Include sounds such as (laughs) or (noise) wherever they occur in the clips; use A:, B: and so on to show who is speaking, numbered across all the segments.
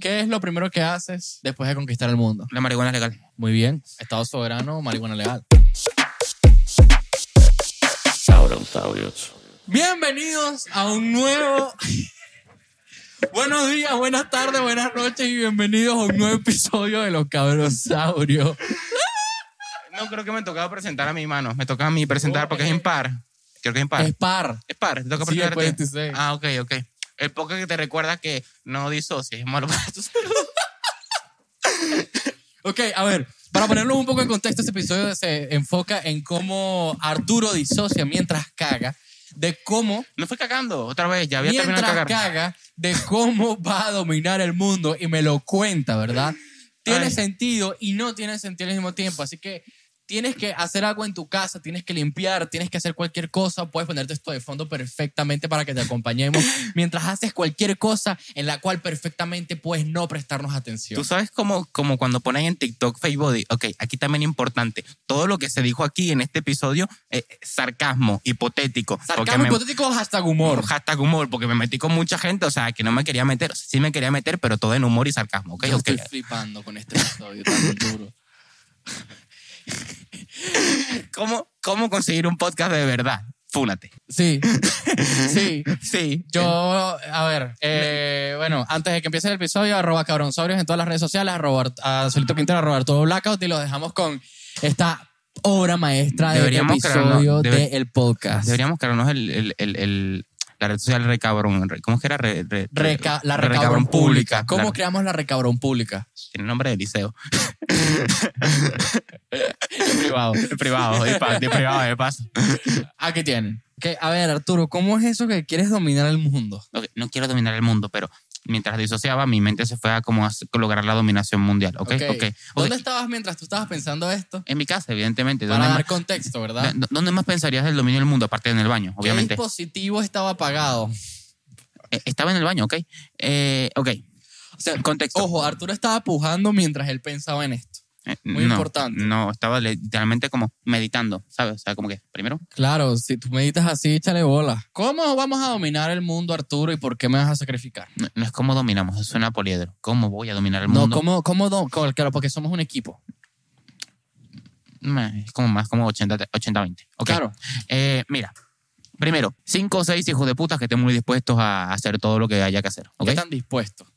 A: ¿Qué es lo primero que haces después de conquistar el mundo?
B: La marihuana es legal.
A: Muy bien. Estado soberano, marihuana legal. Bienvenidos a un nuevo. (laughs) Buenos días, buenas tardes, buenas noches y bienvenidos a un nuevo episodio de Los Cabrosaurios.
B: No creo que me tocaba presentar a mi mano. Me toca a mí presentar porque es impar. Creo que es impar.
A: Es par.
B: Es par. Te toca
A: Sí,
B: presentar a
A: después
B: ti.
A: 26.
B: Ah, ok, ok. El poco que te recuerda que no disocies es malo para tu salud.
A: Ok, a ver, para ponerlo un poco en contexto, este episodio se enfoca en cómo Arturo disocia mientras caga, de cómo
B: No fue cagando otra vez. Ya había
A: mientras
B: terminado de cagar.
A: caga, de cómo va a dominar el mundo y me lo cuenta, ¿verdad? Tiene
B: Ay.
A: sentido y no tiene sentido al mismo tiempo, así que tienes que hacer algo en tu casa, tienes que limpiar, tienes que hacer cualquier cosa, puedes ponerte esto de fondo perfectamente para que te
B: (laughs)
A: acompañemos mientras haces cualquier cosa en la cual perfectamente puedes no prestarnos atención.
B: Tú sabes como, como cuando ponen en TikTok Fake Body. Ok, aquí también importante. Todo lo que se dijo aquí en este episodio es sarcasmo, hipotético. porque
A: Sarcasmo
B: me-
A: hipotético hashtag humor.
B: Hashtag humor, porque me metí con mucha gente, o sea, que no me quería meter. O sea, sí me quería meter, pero todo en humor y sarcasmo, ¿ok?
A: Yo
B: Ok.
A: estoy flipando con este episodio tan duro.
B: ¿Cómo, ¿Cómo conseguir un podcast de verdad? Fúnate. (laughs)
A: Sí, sí.
B: Sí.
A: Yo, a ver, eh, bueno, antes de que empiece el episodio, arroba cabronsaurios en todas las redes sociales, arroba Art- a Solito Quintero, arroba Arturo Blackout y los dejamos con esta obra maestra del
B: Deberíamos
A: episodio
B: crearlo, debe-
A: del podcast.
B: Deberíamos crearnos el, el, el, el- la red social Recabrón. Re- ¿Cómo es que era? Re- re-
A: Reca- la
B: Re-
A: recabrón pública. ¿Cómo
B: ¿Cómo
A: creamos la recabrón pública?
B: Tiene nombre de (laughs) liceo.
A: Privado.
B: De privado, de, pa- de privado, de paso.
A: Aquí tienen. Que, a ver, Arturo, ¿cómo es eso que quieres dominar el mundo?
B: Ok, no quiero dominar el mundo, pero mientras disociaba, mi mente se fue a como a lograr la dominación mundial, ¿ok?
A: Ok.
B: Ok. okay.
A: ¿Dónde estabas mientras tú estabas pensando esto?
B: En mi casa, evidentemente.
A: Para
B: ¿Dónde más,
A: dar contexto, ¿verdad?
B: dó- ¿Dónde más pensarías del dominio del mundo? Aparte de en el baño, obviamente.
A: ¿Qué dispositivo estaba apagado?
B: Eh, Estaba en el baño, ¿ok? Eh, ok.
A: O sea,
B: Contexto.
A: ojo, Arturo estaba pujando mientras él pensaba en esto.
B: Eh,
A: muy
B: no,
A: importante.
B: No, estaba literalmente como meditando, ¿sabes? O sea, como que primero.
A: Claro, si tú meditas así, échale bola. ¿Cómo vamos a dominar el mundo, Arturo, y por qué me vas a sacrificar?
B: No, no es cómo dominamos, eso suena a poliedro. ¿Cómo voy a dominar el
A: No,
B: mundo?
A: ¿cómo, cómo, do- cómo- Claro, porque somos un equipo.
B: Meh, Es como más como 80-20. Ok.
A: Claro.
B: Eh, mira, primero, cinco o seis hijos de putas que estén muy dispuestos a hacer todo lo que haya que hacer. ¿Ok? Ah,
A: ¿Qué están dispuestos?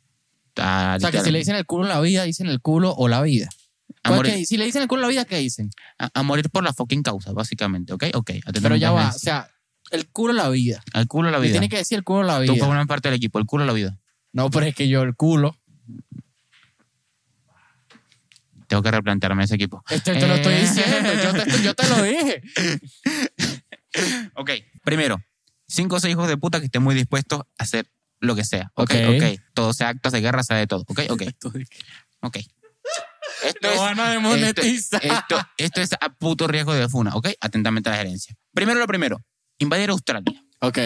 B: A
A: O sea, que
B: literal-
A: si le dicen el culo en la vida, dicen el culo o la vida.
B: a,
A: ¿Cuál
B: morir,
A: que- si le dicen el culo en la vida, ¿qué dicen?
B: a- a morir por la fucking causa, básicamente. ¿Ok? Ok. atendemos
A: Pero ya
B: las
A: va, o
B: necesidades.
A: sea, el culo en la vida.
B: Al culo la
A: Le
B: vida.
A: tiene que decir el culo en la
B: Tú
A: vida.
B: formas parte del equipo, el culo la vida.
A: No, pero es que yo el culo.
B: Tengo que replantearme ese equipo.
A: Esto te lo estoy
B: Eh.
A: diciendo, yo te, yo te lo
B: (laughs)
A: dije.
B: Ok, primero, cinco o seis hijos de puta que estén muy dispuestos a hacer lo que sea. Ok,
A: Ok.
B: ok. Todo sea actos de guerra, sea de todo. Eh, Ok, ok, ok. Esto
A: Lo
B: es-
A: van a
B: este,
A: demonetizar.
B: Esto, esto- esto es a puto riesgo de funa, ¿ok? Atentamente a la gerencia. Primero lo primero, invadir Australia.
A: Ok.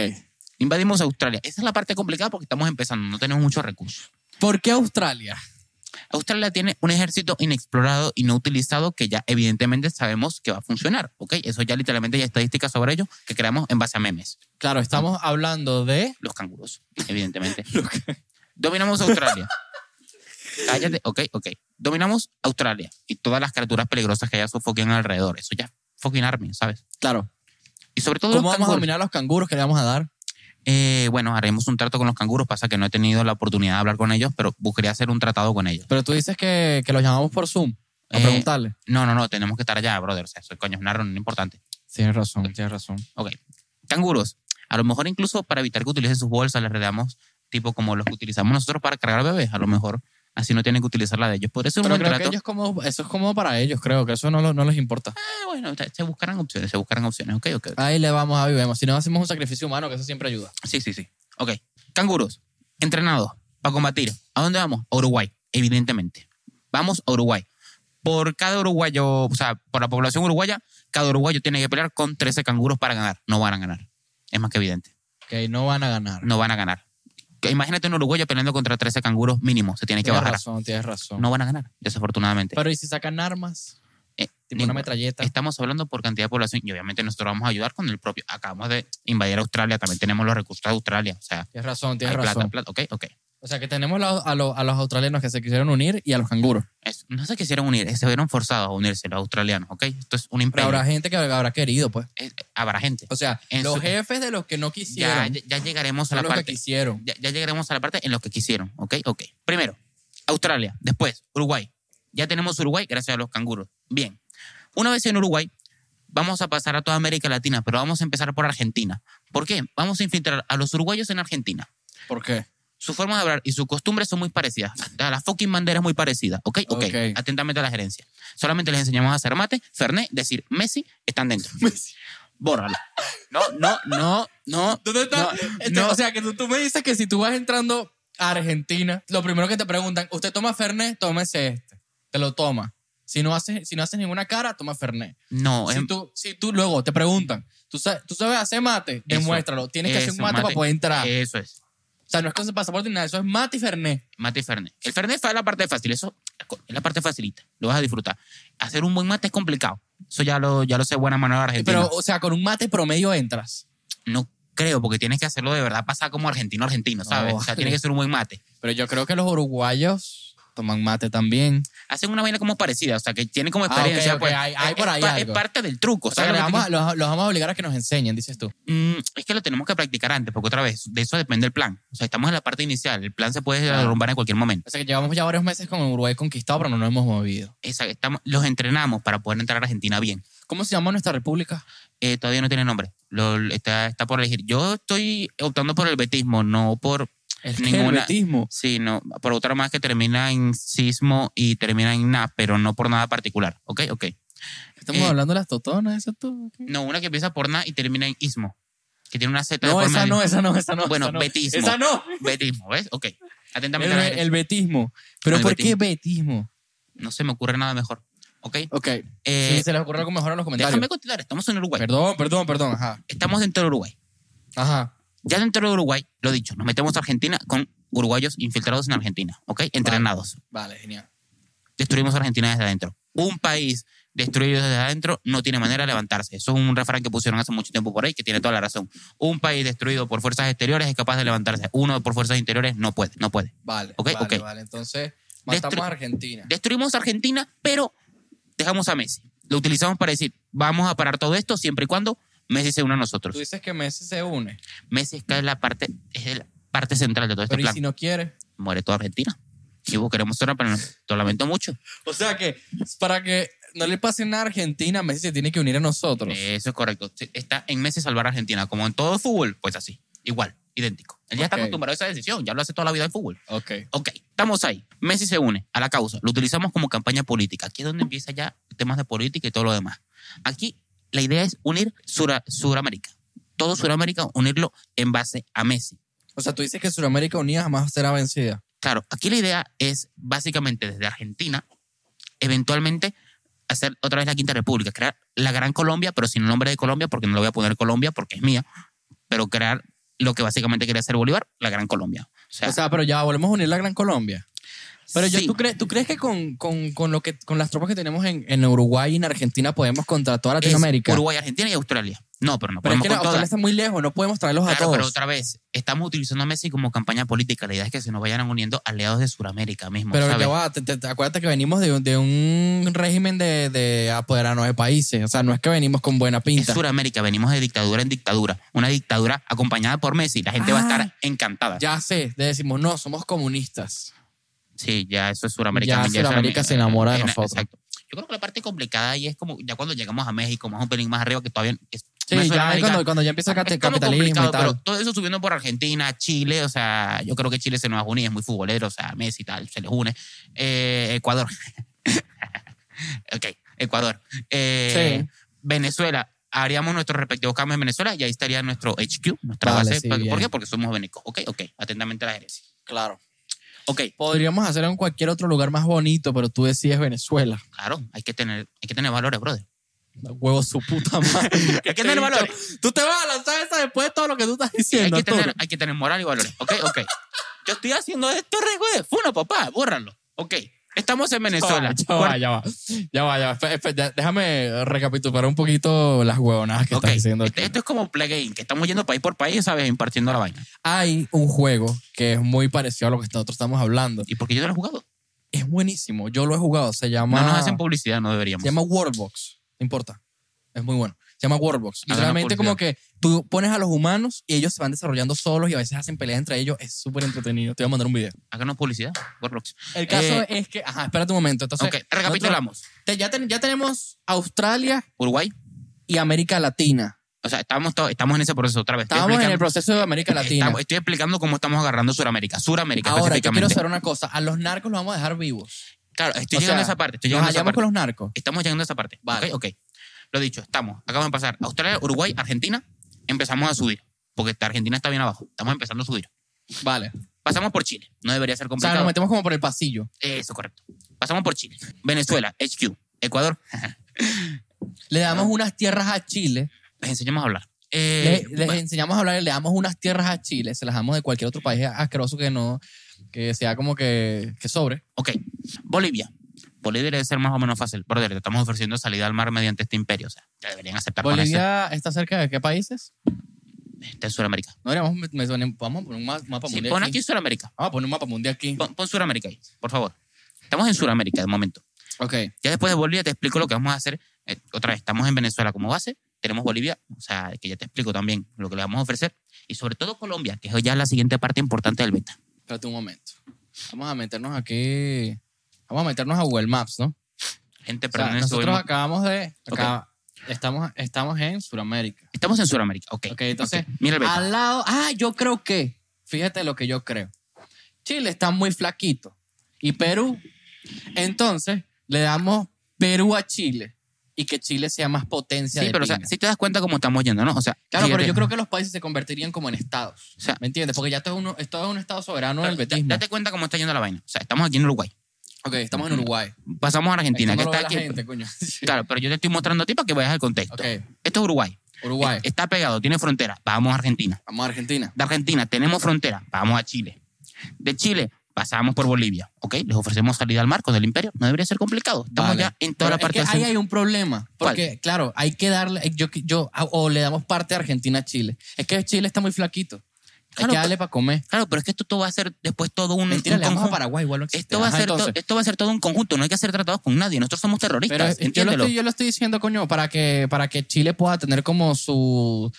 B: Invadimos Australia. Esa es la parte complicada porque estamos empezando, no tenemos muchos recursos.
A: ¿Por qué Australia?
B: Australia tiene un ejército inexplorado y no utilizado que ya evidentemente sabemos que va a funcionar, ¿ok? Eso ya literalmente hay estadísticas sobre ello que creamos en base a memes.
A: Claro, estamos hablando de. (laughs)
B: los canguros, evidentemente. Dominamos Australia. Cállate, ok, ok. Dominamos Australia y todas las criaturas peligrosas que haya sofoquen alrededor. Eso ya, fucking army, ¿sabes?
A: Claro.
B: Y sobre todo
A: ¿Cómo
B: los
A: vamos a
B: canguros.
A: dominar a los canguros que le vamos a dar?
B: Eh, bueno, haremos un trato con los canguros. Pasa que no he tenido la oportunidad de hablar con ellos, pero buscaría hacer un tratado con ellos.
A: Pero tú dices que, que los llamamos por Zoom a
B: Eh.
A: preguntarle.
B: No, no, no, tenemos que estar allá, brother. O sea, eso, coño, es una reunión importante.
A: Tienes razón, tienes razón.
B: Ok. Canguros. A lo mejor incluso para evitar que utilicen sus bolsas, les redamos tipo como los que utilizamos nosotros para cargar bebés. A lo mejor así no tienen que utilizar la de ellos. Por eso es un
A: Pero
B: buen
A: creo que
B: trato.
A: ellos como, eso es como para ellos, creo que eso no, lo- no les importa.
B: Ah, bueno, ta- se buscarán opciones, se buscarán opciones. Ok, ok. ok.
A: Ahí le vamos a vivemos. Si no hacemos un sacrificio humano, que eso siempre ayuda.
B: Sí, sí, sí. Ok. Canguros, entrenados para combatir. ¿A dónde vamos? A Uruguay, evidentemente. Vamos a Uruguay. Por cada uruguayo, o sea, por la población uruguaya, cada uruguayo tiene que pelear con 13 canguros para ganar. No van a ganar. Es más que evidente.
A: Que no van a ganar.
B: No van a ganar. Que Imagínate un uruguayo peleando contra 13 canguros mínimo. Se tiene que
A: Tienes
B: bajar.
A: razón, Pues, tienes razón.
B: No van a ganar, desafortunadamente.
A: Pero ¿y si sacan armas?
B: Eh,
A: Tipo una
B: ningún-
A: metralleta.
B: Estamos hablando por cantidad de población y obviamente nosotros vamos a ayudar con el propio. Acabamos de invadir Australia, también tenemos los recursos de Australia, o sea,
A: Tienes razón,
B: hay
A: tienes
B: plata,
A: razón.
B: plata. Ok, ok.
A: O sea, que tenemos la- a, lo- a los australianos que se quisieron unir y a los canguros.
B: Es- no se quisieron unir, se vieron forzados a unirse los australianos, ¿ok? Esto es un
A: Pero
B: imperio.
A: habrá gente que habrá querido, pues.
B: Es- habrá gente.
A: O sea,
B: En
A: los
B: su-
A: jefes de los que no
B: Ya,
A: quisieron
B: ya, ya llegaremos a
A: Pues, son
B: la
A: los que
B: parte.
A: quisieron.
B: Ya, ya llegaremos a la parte en los que quisieron, ¿ok? Ok. Primero, Australia. Después, Uruguay. Ya tenemos Uruguay gracias a los canguros. Bien. Una vez en Uruguay, vamos a pasar a toda América Latina, pero vamos a empezar por Argentina. ¿Por qué? Vamos a infiltrar a los uruguayos en Argentina.
A: ¿Por qué?
B: Su forma de hablar y sus costumbres son muy parecidas. La la fucking bandera es muy parecida, ¿ok? Ok.
A: Ok.
B: Atentamente a la gerencia. Solamente les enseñamos a hacer mate, Fernet, decir Messi, están dentro. Bórrala. No, no, no, no.
A: ¿Dónde está?
B: No,
A: Este,
B: no.
A: O sea, que tú, tú me dices que si tú vas entrando a Argentina, lo primero que te preguntan, ¿usted toma Fernet? Tómese este. Te lo toma. Si no haces, si no haces ninguna cara, toma Fernet.
B: No, em- es-
A: Si tú, si tú luego te preguntan, ¿tú sabes, tú sabes hacer mate? Demuéstralo. Tienes que hacer un
B: eso,
A: mate, para poder entrar.
B: Eso es.
A: o sea, no es con su pasaporte ni nada, eso es mate y Fernet.
B: Mate y Fernet. El Fernet es la parte fácil, eso es la parte facilita, lo vas a disfrutar. Hacer un buen mate es complicado, eso ya lo, ya lo sé buena mano de Argentina.
A: Pero, o sea, con un mate promedio entras.
B: no creo, porque tienes que hacerlo de verdad, pasar como argentino argentino, ¿sabes?
A: No,
B: O sea,
A: vale.
B: tiene que ser un buen mate.
A: Pero yo creo que los uruguayos toman mate también.
B: Hacen una vaina como parecida, o sea, que tienen como
A: Ah, ok,
B: experiencia.
A: ok,
B: pues.
A: hay- hay
B: Es-
A: por
B: es
A: ahí
B: pa-
A: algo.
B: Es parte del truco,
A: O sea, que
B: ¿sabes?
A: los vamos, a- los- los vamos a obligar a que nos enseñen, dices tú.
B: Mm, es que lo tenemos que practicar antes, porque otra vez, de eso depende el plan. O sea, estamos en la parte inicial, el plan se puede
A: Claro.
B: derrumbar en cualquier momento.
A: O sea que llevamos ya varios meses con Uruguay conquistado, pero no nos hemos movido.
B: Esa- estamos, los entrenamos para poder entrar a Argentina bien.
A: ¿Cómo se llama nuestra república?
B: Eh, todavía no tiene nombre. Lo, está, está por elegir. Yo estoy optando por el betismo, no por.
A: El
B: Ninguna.
A: helvetismo.
B: Sí, no, por otra más que termina en sismo y termina en na, pero no por nada particular. ¿Ok? Ok.
A: Estamos
B: Eh,
A: hablando de las totonas, eso tú.
B: No, una que empieza por na y termina en ismo, que tiene una Z de
A: No,
B: por
A: esa
B: medio.
A: no, esa no, esa no.
B: Bueno,
A: esa no.
B: betismo.
A: Esa no.
B: Betismo, ¿ves? Ok.
A: El,
B: Atentamente. a la derecha.
A: el betismo. ¿Pero
B: El
A: por qué betismo?
B: No se me ocurre nada mejor. ¿Ok?
A: Ok.
B: Eh,
A: si se les ocurre algo mejor en los comentarios.
B: déjame continuar. Estamos en Uruguay.
A: Perdón, perdón, perdón. Ajá.
B: Estamos dentro de Uruguay.
A: Ajá.
B: Ya dentro de Uruguay, lo dicho, nos metemos a Argentina con uruguayos infiltrados en Argentina. ¿Ok? Entrenados.
A: Vale, genial.
B: destruimos a Argentina desde adentro. Un país destruido desde adentro no tiene manera de levantarse. Eso es un refrán que pusieron hace mucho tiempo por ahí, que tiene toda la razón. Un país destruido por fuerzas exteriores es capaz de levantarse. Uno por fuerzas interiores no puede, no puede.
A: Vale.
B: Ok,
A: vale,
B: ok.
A: vale. Entonces, matamos
B: Destru-
A: a Argentina.
B: Destruimos a Argentina, pero dejamos a Messi. Lo utilizamos para decir, vamos a parar todo esto siempre y cuando Messi se una a
A: Tú
B: nosotros.
A: dices que Messi se une.
B: Messi es que es la parte, es la parte central de todo este
A: Pero ¿y
B: plan.
A: si no quiere?
B: Muere toda Argentina. Y vos queremos zona, pero no- lo lamento mucho.
A: O sea que, para que no le pase nada a Argentina, Messi se tiene que unir a nosotros.
B: Eso es correcto. Sí, Está en Messi salvar a Argentina. Como en todo fútbol, pues así. Igual, idéntico. Él ya está
A: Ok.
B: acostumbrado a esa decisión. Ya lo hace toda la vida en fútbol.
A: Ok.
B: Ok, estamos ahí. Messi se une a la causa. Lo utilizamos como campaña política. Aquí es donde empieza ya temas de política y todo lo demás. Aquí la idea es unir Sura- Suramérica. Todo Suramérica, unirlo en base a Messi.
A: O sea, tú dices que Sudamérica Unida jamás será vencida.
B: Claro, aquí la idea es básicamente desde Argentina, eventualmente hacer otra vez la Quinta República, crear la Gran Colombia, pero sin el nombre de Colombia, porque no lo voy a poner Colombia porque es mía, pero crear lo que básicamente quería hacer Bolívar, la Gran Colombia. O sea,
A: O sea, pero ya volvemos a unir la Gran Colombia. Pero yo,
B: sí,
A: ¿tú, crees, ¿tú crees que con, con, con, lo que con las tropas que tenemos en, en Uruguay y en Argentina podemos contra toda
B: es
A: Latinoamérica?
B: Uruguay, Argentina y Australia. No, pero no
A: pero es
B: podemos
A: que
B: con
A: la-
B: todas.
A: Australia está muy lejos, no podemos traerlos a
B: Claro,
A: todos.
B: pero otra vez, estamos utilizando a Messi como campaña política. La idea es que se nos vayan uniendo aliados de Sudamérica mismo.
A: Pero
B: ¿sabes?
A: ya va, te- te- te- acuérdate que venimos de, un- de un régimen de, de apoderarnos de países. O sea, no es que venimos con buena
B: Es
A: pinta.
B: Sudamérica, venimos de dictadura en dictadura. Una dictadura acompañada por Messi. La gente va a
A: Ah.
B: estar encantada.
A: Ya sé, le decimos, no, somos comunistas.
B: Sí, ya eso es Sudamérica.
A: Ya
B: también,
A: Sudamérica
B: Sudam-
A: se enamora de
B: eh,
A: nosotros.
B: Exacto. Yo creo que la parte complicada ahí es como ya cuando llegamos a México, más un pelín más arriba, que todavía. es-
A: Sí,
B: no es
A: ya
B: Sudamérica,
A: cuando, cuando ya empieza el
B: es
A: cate-
B: como
A: capitalismo y
B: complicado,
A: tal.
B: Pero todo eso subiendo por Argentina, Chile, o sea, yo creo que Chile se nos une, es muy futbolero, o sea, Messi y tal, se les une. Eh, Ecuador. (laughs) ok, Ecuador. Eh,
A: Sí.
B: Venezuela. Haríamos nuestros respectivos cambios en Venezuela y ahí estaría nuestro HQ, nuestra
A: Vale,
B: base. pues,
A: sí,
B: ¿Por
A: bien.
B: qué? Porque somos venecos. Ok, ok, atentamente a la gerencia.
A: Claro.
B: Ok,
A: Podríamos hacerlo en cualquier otro lugar más bonito, pero tú decides Venezuela.
B: claro, hay que tener, hay que tener valores, brother.
A: Huevo su puta madre.
B: Hay que
A: Te he
B: tener
A: dicho,
B: valores.
A: Tú te vas a lanzar esa después de todo lo que tú estás
B: hay,
A: diciendo.
B: que tener,
A: Arturo.
B: hay que tener moral y valores. Ok, ok. Yo estoy haciendo esto riesgo de funa, papá. Bórralo. Ok. Estamos en Venezuela.
A: Ya va, ya va. Ya va, ya va. Espe- espe- ya- Déjame recapitular un poquito las huevonadas que
B: Ok,
A: estás diciendo.
B: este-
A: aquí.
B: esto es como plugin, que estamos yendo país por país, ¿sabes? Impartiendo la vaina.
A: Hay un juego que es muy parecido a lo que nosotros estamos hablando.
B: ¿Y porque yo no lo he jugado?
A: Es buenísimo. Yo lo he jugado. Se llama.
B: No nos hacen publicidad, no deberíamos.
A: Se llama Warbox. No importa. Es muy bueno. Se llama Warbox. Y
B: Hagan la
A: realmente como que tú pones a los humanos y ellos se van desarrollando solos y a veces hacen peleas entre ellos. Es súper entretenido. Te voy a mandar un video.
B: Háganos publicidad, Warblocks.
A: El caso es que... Ajá, espérate un momento. Entonces,
B: ok, recapitulamos.
A: nosotros te- ya, ten- ya tenemos Australia
B: Uruguay.
A: y América Latina.
B: O sea, estamos, to- estamos en ese proceso otra vez. Estoy
A: Estábamos en el
B: explicando-
A: proceso de América Latina.
B: estamos- estoy explicando cómo estamos agarrando Suramérica. Suramérica
A: Ahora, yo
B: específicamente.
A: quiero saber una cosa. A los narcos los vamos a dejar vivos.
B: Claro, estoy
A: O
B: llegando a
A: sea,
B: esa parte. Estoy
A: Nos
B: llegando a esa
A: hallamos
B: parte.
A: con los narcos.
B: Estamos llegando a esa parte.
A: Vale.
B: Ok, ok. Lo dicho, estamos. Acabamos de pasar Australia, Uruguay, Argentina. Empezamos a subir. Porque Argentina está bien abajo. Estamos empezando a subir.
A: Vale.
B: Pasamos por Chile. No debería
A: O
B: ser
A: sea,
B: complicado.
A: nos metemos como por el pasillo.
B: Eso, correcto. Pasamos por Chile. Venezuela, HQ, Ecuador.
A: Le damos unas tierras a Chile.
B: Les enseñamos a hablar. Eh,
A: Le- les enseñamos a hablar y le damos unas tierras a Chile, se las damos de cualquier otro país asqueroso que no, que sea como que, que sobre.
B: Ok, Bolivia. Bolivia debe ser más o menos fácil. Brother, te estamos ofreciendo salida al mar mediante este imperio. O sea, te deberían aceptar con este,
A: ¿Bolivia está cerca de qué países?
B: este Sudamérica.
A: No deberíamos, me- me suena- vamos a poner un ma- mapa
B: Sí,
A: mundial
B: pon
A: aquí.
B: aquí Sudamérica.
A: Vamos a poner un mapa mundial aquí.
B: Pon, pon Sudamérica ahí, por favor. Estamos en Sudamérica de momento.
A: Ok,
B: Ya después de Bolivia te explico lo que vamos a hacer. Eh, otra vez, estamos en Venezuela como base. Tenemos Bolivia, o sea, que ya te explico también lo que le vamos a ofrecer. Y sobre todo Colombia, que es ya la siguiente parte importante del beta.
A: espérate un momento. Vamos a meternos aquí, vamos a meternos a Google Maps, ¿no?
B: Gente,
A: O sea,
B: perdón,
A: nosotros
B: subimos-
A: acabamos de, acá- estamos, estamos en Sudamérica.
B: Estamos en Sudamérica, ok.
A: Ok, entonces,
B: ok. Mira el beta.
A: Al lado, ah, yo creo que, fíjate lo que yo creo. Chile está muy flaquito y Perú, entonces le damos Perú a Chile y que Chile sea más potencia.
B: Sí,
A: de
B: pero o sea,
A: pina.
B: si te das cuenta cómo estamos yendo, ¿no? O sea,
A: claro, pero
B: fíjate,
A: yo creo que los países se convertirían como en estados,
B: o sea,
A: ¿me entiendes? Porque ya esto es, uno- esto es un estado soberano del
B: da-
A: betismo.
B: date cuenta cómo está yendo la vaina. O sea, estamos aquí en Uruguay.
A: Ok, estamos en Uruguay.
B: Pasamos a Argentina, que
A: Esto no lo
B: está
A: ve la
B: aquí.
A: gente, coño.
B: (laughs)
A: Sí.
B: Claro, pero yo te estoy mostrando a ti para que veas el contexto.
A: Ok,
B: Esto es Uruguay.
A: Uruguay.
B: Está pegado, tiene frontera. eh, Vamos a Argentina.
A: Vamos a Argentina.
B: De Argentina tenemos frontera. Vamos a Chile. De Chile pasamos por Bolivia. ¿Ok? Les ofrecemos salida al mar con el imperio. No debería ser complicado. Estamos
A: Vale.
B: ya en toda
A: Pero
B: la parte
A: es
B: del
A: que ahí
B: sur.
A: hay un problema.
B: ¿Cuál?
A: Porque, claro, hay que darle. eh, Yo, yo, ah, o le damos parte a Argentina a Chile. Es que Chile está muy flaquito. Hay
B: Claro,
A: que darle para comer.
B: Claro, pero es que esto todo va a ser después todo un,
A: Mentira,
B: un
A: le damos a
B: conjunto.
A: Paraguay, igual no existe.
B: Esto va, a
A: Ajá,
B: ser to-
A: entonces.
B: esto va a ser todo un conjunto. No hay que ser tratados con nadie. Nosotros somos
A: Pero
B: terroristas.
A: yo lo,
B: entiéndelo.
A: estoy, yo lo estoy diciendo, coño, para que, para que Chile pueda tener como su.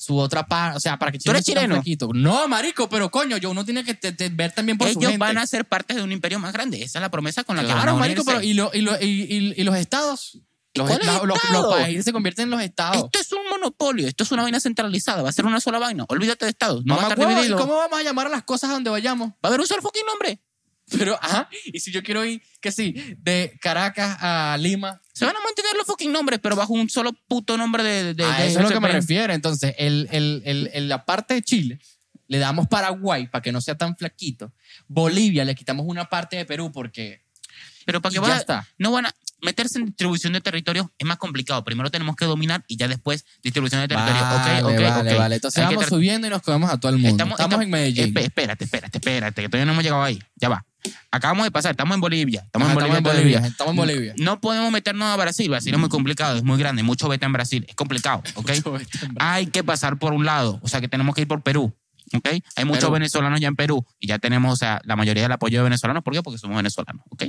A: Su otra parte, o sea, para que Chile
B: eres
A: no sea tan
B: chileno?
A: flaquito. No, marico, pero coño, yo uno tiene que te- te ver también por su
B: Ellos
A: gente.
B: van a ser parte de un imperio más grande. Esa es la promesa con la que van a
A: Claro, marico,
B: unirse.
A: pero ¿y, lo- y lo- y- y- y los estados? Los,
B: ¿Cuáles
A: estados- los- los
B: estados?
A: países se convierten en los estados.
B: Esto es un monopolio, esto es una vaina centralizada, va a ser una sola vaina. Olvídate de Estado, no va a estar
A: Mamacuevo, ¿y
B: dividido.
A: ¿Cómo vamos a llamar a las cosas a donde vayamos?
B: Va a haber un solo fucking nombre.
A: Pero, ajá, y si yo quiero ir, que sí, de Caracas a Lima.
B: Se van a mantener los fucking nombres, pero bajo un solo puto nombre de. de-
A: a
B: de-
A: Ah, eso es lo
B: de-
A: que me
B: de-
A: refiero. Entonces, el, el- el- el- la parte de Chile le damos Paraguay para que no sea tan flaquito. Bolivia le quitamos una parte de Perú porque.
B: Pero para
A: y ya
B: que vaya-
A: está.
B: No van a. Meterse en distribución de territorios es más complicado. Primero tenemos que dominar y ya después distribución de territorios.
A: Vale,
B: ok, ok,
A: vale,
B: ok.
A: vale. Entonces
B: Hay que
A: vamos
B: tra-
A: subiendo y nos comemos a todo el mundo. Estamos, en Medellín. (laughs)
B: espe- espérate, espérate, espérate, que todavía no hemos llegado ahí. Ya va. Acabamos de pasar, estamos en Bolivia. Estamos
A: Ajá,
B: en Bolivia.
A: estamos en
B: todavía.
A: Bolivia, estamos en Bolivia.
B: No podemos meternos a Brasil. Brasil es muy complicado, es muy grande, hay mucho beta en Brasil. Es complicado, ¿ok? hay que pasar por un lado, o sea que tenemos que ir por Perú. ¿ok? Hay muchos
A: Perú.
B: venezolanos ya en Perú y ya tenemos, o sea, la mayoría del apoyo de venezolanos. ¿Por qué? Porque somos venezolanos. ¿ok?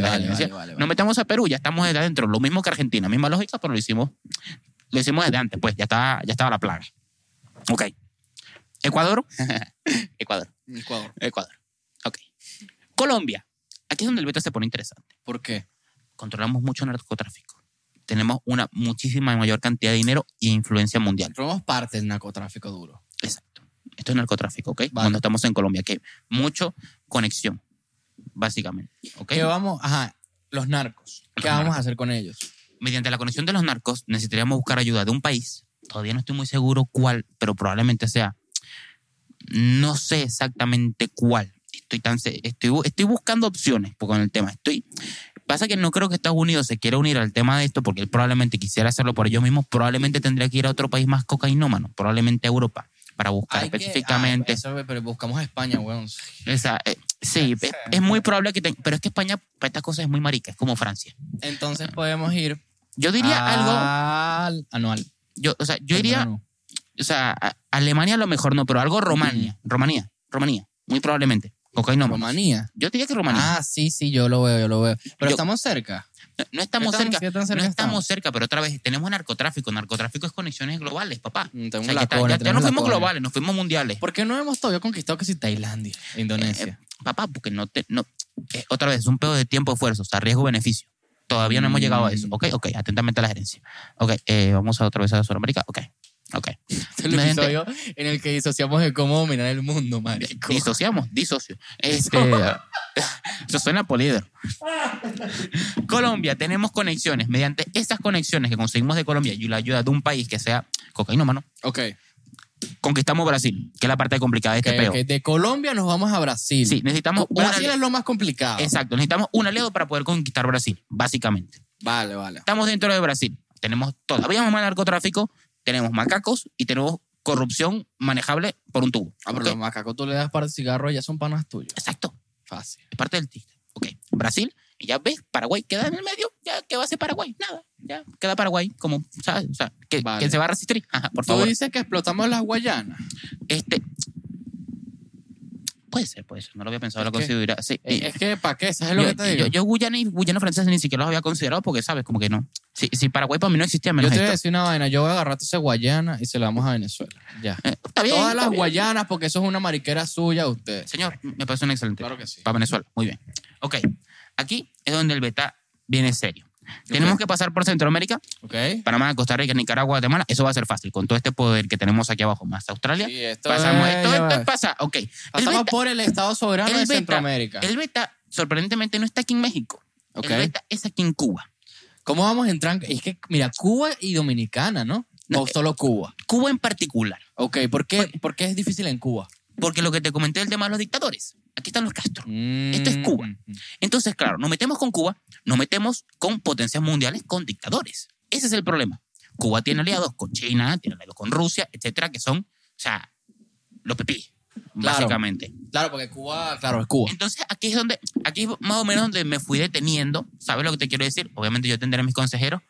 A: Vale,
B: la
A: vale,
B: gerencia.
A: vale, vale, vale.
B: Nos metemos a Perú, ya estamos desde adentro. Lo mismo que Argentina, misma lógica, pero lo hicimos, lo hicimos desde antes, pues ya estaba, ya estaba la plaga. Ok. Ecuador. Ecuador.
A: Ecuador.
B: Ecuador. Ok. Colombia. Aquí es donde el beta se pone interesante
A: ¿Por qué?
B: controlamos mucho narcotráfico. Tenemos una muchísima mayor cantidad de dinero e influencia mundial.
A: Probamos parte del narcotráfico duro.
B: Exacto. Esto es narcotráfico, ¿ok? Cuando estamos en Colombia, que mucho conexión, básicamente, ¿ok?
A: ¿Qué vamos? Ajá, los narcos. ¿Qué
B: Los
A: vamos
B: narcos.
A: a hacer con ellos?
B: Mediante la conexión de los narcos, necesitaríamos buscar ayuda de un país. Todavía no estoy muy seguro cuál, pero probablemente sea. No sé exactamente cuál. Estoy, tan, se- estoy, bu- estoy buscando opciones po- con el tema. Estoy, pasa que no creo que Estados Unidos se quiera unir al tema de esto porque él probablemente quisiera hacerlo por ellos mismos. Probablemente tendría que ir a otro país más cocainómano, probablemente a Europa, para buscar
A: Hay que- pues,
B: específicamente.
A: ah, eso, pero buscamos a España, weón.
B: esa, eh, Sí, es, es muy probable que tenga. Pero es que España, para estas cosas, es muy marica, es como Francia.
A: Entonces podemos ir
B: Ah. Yo diría
A: Ah,
B: algo.
A: algo anual.
B: Yo, o sea, yo diría. O sea, a- Alemania a lo mejor no, pero algo Romania.
A: Mm.
B: Romanía. Romanía. Muy probablemente. Cocainómanos.
A: Romanía.
B: Yo diría que Rumanía.
A: Ah, sí, sí, yo lo veo, yo lo veo. Pero
B: Yo-
A: estamos cerca.
B: No, no estamos
A: Estamos-
B: cerca.
A: ¿qué tan cerca
B: no estamos,
A: estamos?
B: cerca, pero otra vez tenemos narcotráfico. Narcotráfico es conexiones globales, papá.
A: Mm, tenemos
B: O sea,
A: la
B: ya, está-
A: cone,
B: ya- ya
A: tenemos la
B: no fuimos
A: cone.
B: globales, nos fuimos mundiales.
A: ¿Por qué no hemos todavía conquistado casi
B: Eh,
A: Tailandia,
B: (laughs)
A: Indonesia?
B: Papá, porque no te. No, eh, otra vez, es un pedo de tiempo, esfuerzo, o sea, riesgo-beneficio. Todavía no hemos
A: Mm.
B: llegado a eso. Ok, ok, atentamente a la gerencia. Ok, eh, vamos a otra vez a Sudamérica. Ok, ok.
A: Este es (laughs) el
B: me-
A: episodio en el que disociamos de cómo dominar el mundo, marico.
B: Disociamos, disocio. (laughs) Este, eso suena a polídero. (laughs) Colombia, tenemos conexiones. Mediante esas conexiones que conseguimos de Colombia y la ayuda de un país que sea cocainómano,
A: Ok.
B: conquistamos Brasil, que es la parte complicada de este
A: ok,
B: peo.
A: ok. De Colombia nos vamos a Brasil.
B: Sí, necesitamos un
A: Brasil es
B: aliado.
A: lo más complicado.
B: Exacto, necesitamos un aliado para poder conquistar Brasil, básicamente.
A: Vale, vale.
B: Estamos dentro de Brasil. Tenemos todavía más narcotráfico, tenemos macacos y tenemos corrupción manejable por un tubo.
A: Ah, pero
B: Ok,
A: los macacos tú le das para el cigarro y ya son panas tuyos.
B: Exacto.
A: Fácil.
B: es parte del chiste. Ok, Brasil, y ya ves, Paraguay queda en el medio, ya, ¿qué va a hacer Paraguay? Nada, ya, queda Paraguay, como, ¿sabes? O sea, que,
A: Vale.
B: que se va a resistir. Ajá, por
A: Tú
B: favor.
A: dices que explotamos las Guayanas.
B: Este. Puede ser, puede ser, no lo había pensado,
A: Es
B: lo
A: que-
B: consideraba. Sí,
A: Eh,
B: y-
A: Es que, ¿para qué? ¿Sabes lo
B: yo,
A: que te digo?
B: Yo,
A: Yo,
B: yo Guyana y Guyana francesa ni siquiera los había considerado porque, ¿sabes? Como que no. Si, si Paraguay para mí no existía, menos
A: te voy a
B: esto.
A: decir una vaina. Yo voy a agarrar esa Guayana y se la vamos a Venezuela. Ya.
B: Eh, está bien.
A: Todas
B: está
A: las
B: bien.
A: Guayanas, porque eso es una mariquera suya de ustedes.
B: Señor, me parece un excelente.
A: Claro que sí.
B: Para Venezuela, muy bien. Ok, aquí es donde el beta viene serio. Tenemos que pasar por Centroamérica
A: ¿Ok?
B: Panamá, Costa Rica, Nicaragua, Guatemala, eso va a ser fácil con todo este poder que tenemos aquí abajo, más Australia.
A: Sí, esto
B: pasamos,
A: es-
B: todo esto pasa, ok. El
A: Pasamos
B: beta,
A: por el Estado Soberano
B: el
A: de
B: beta-
A: Centroamérica.
B: el beta, sorprendentemente, no está aquí en México.
A: Ok.
B: El beta es aquí en Cuba.
A: ¿Cómo vamos a entrar? en- Es que, mira, Cuba y Dominicana, ¿no?
B: No,
A: o
B: eh.
A: solo Cuba.
B: Cuba en particular,
A: Ok, ¿por qué, ¿por qué es difícil en Cuba?
B: porque lo que te comenté del tema de los dictadores, aquí están los Castro.
A: Esto
B: es Cuba.
A: mm.
B: Entonces, claro, nos metemos con Cuba, nos metemos con potencias mundiales, con dictadores. Ese es el problema. Cuba tiene aliados con China, tiene aliados con Rusia, etcétera, que son, o sea, los pipí, básicamente.
A: Claro, porque Cuba, claro, es Cuba.
B: Entonces, aquí es donde, aquí es más o menos donde me fui deteniendo. ¿Sabes lo que te quiero decir? Obviamente yo tendré a mis consejeros.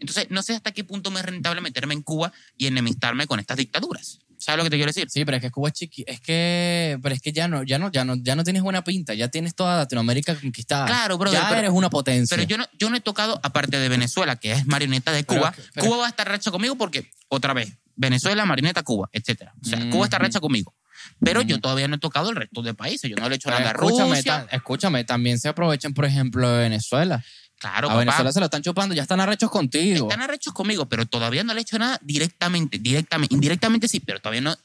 B: Entonces, no sé hasta qué punto me es rentable meterme en Cuba y enemistarme con estas dictaduras. ¿Sabes lo que te quiero decir?
A: Sí, pero es que Cuba es chiqui, es que, pero es que ya no, ya no, ya no, ya no tienes buena pinta, ya tienes toda Latinoamérica conquistada.
B: Claro, brother,
A: Ya
B: pero-
A: eres una potencia.
B: Pero yo no, yo no he tocado, aparte de Venezuela, que es marioneta de
A: Pero-
B: Cuba,
A: pero-
B: Cuba va a estar recha conmigo porque, otra vez, Venezuela, marioneta, Cuba, etcétera. O sea, Cuba está
A: Ujú.
B: recha conmigo. Pero yo
A: Ujú.
B: todavía no he tocado el resto de países. Yo no le he hecho
A: Mm-hmm. Pero
B: nada a
A: escúchame,
B: Rusia.
A: tan- escúchame, también se aprovechan, por ejemplo, de Venezuela.
B: Claro,
A: a
B: papá.
A: Venezuela se lo están chupando, ya están arrechos contigo.
B: Están arrechos conmigo, pero todavía no le he hecho nada directamente, directamente, indirectamente sí, pero todavía no,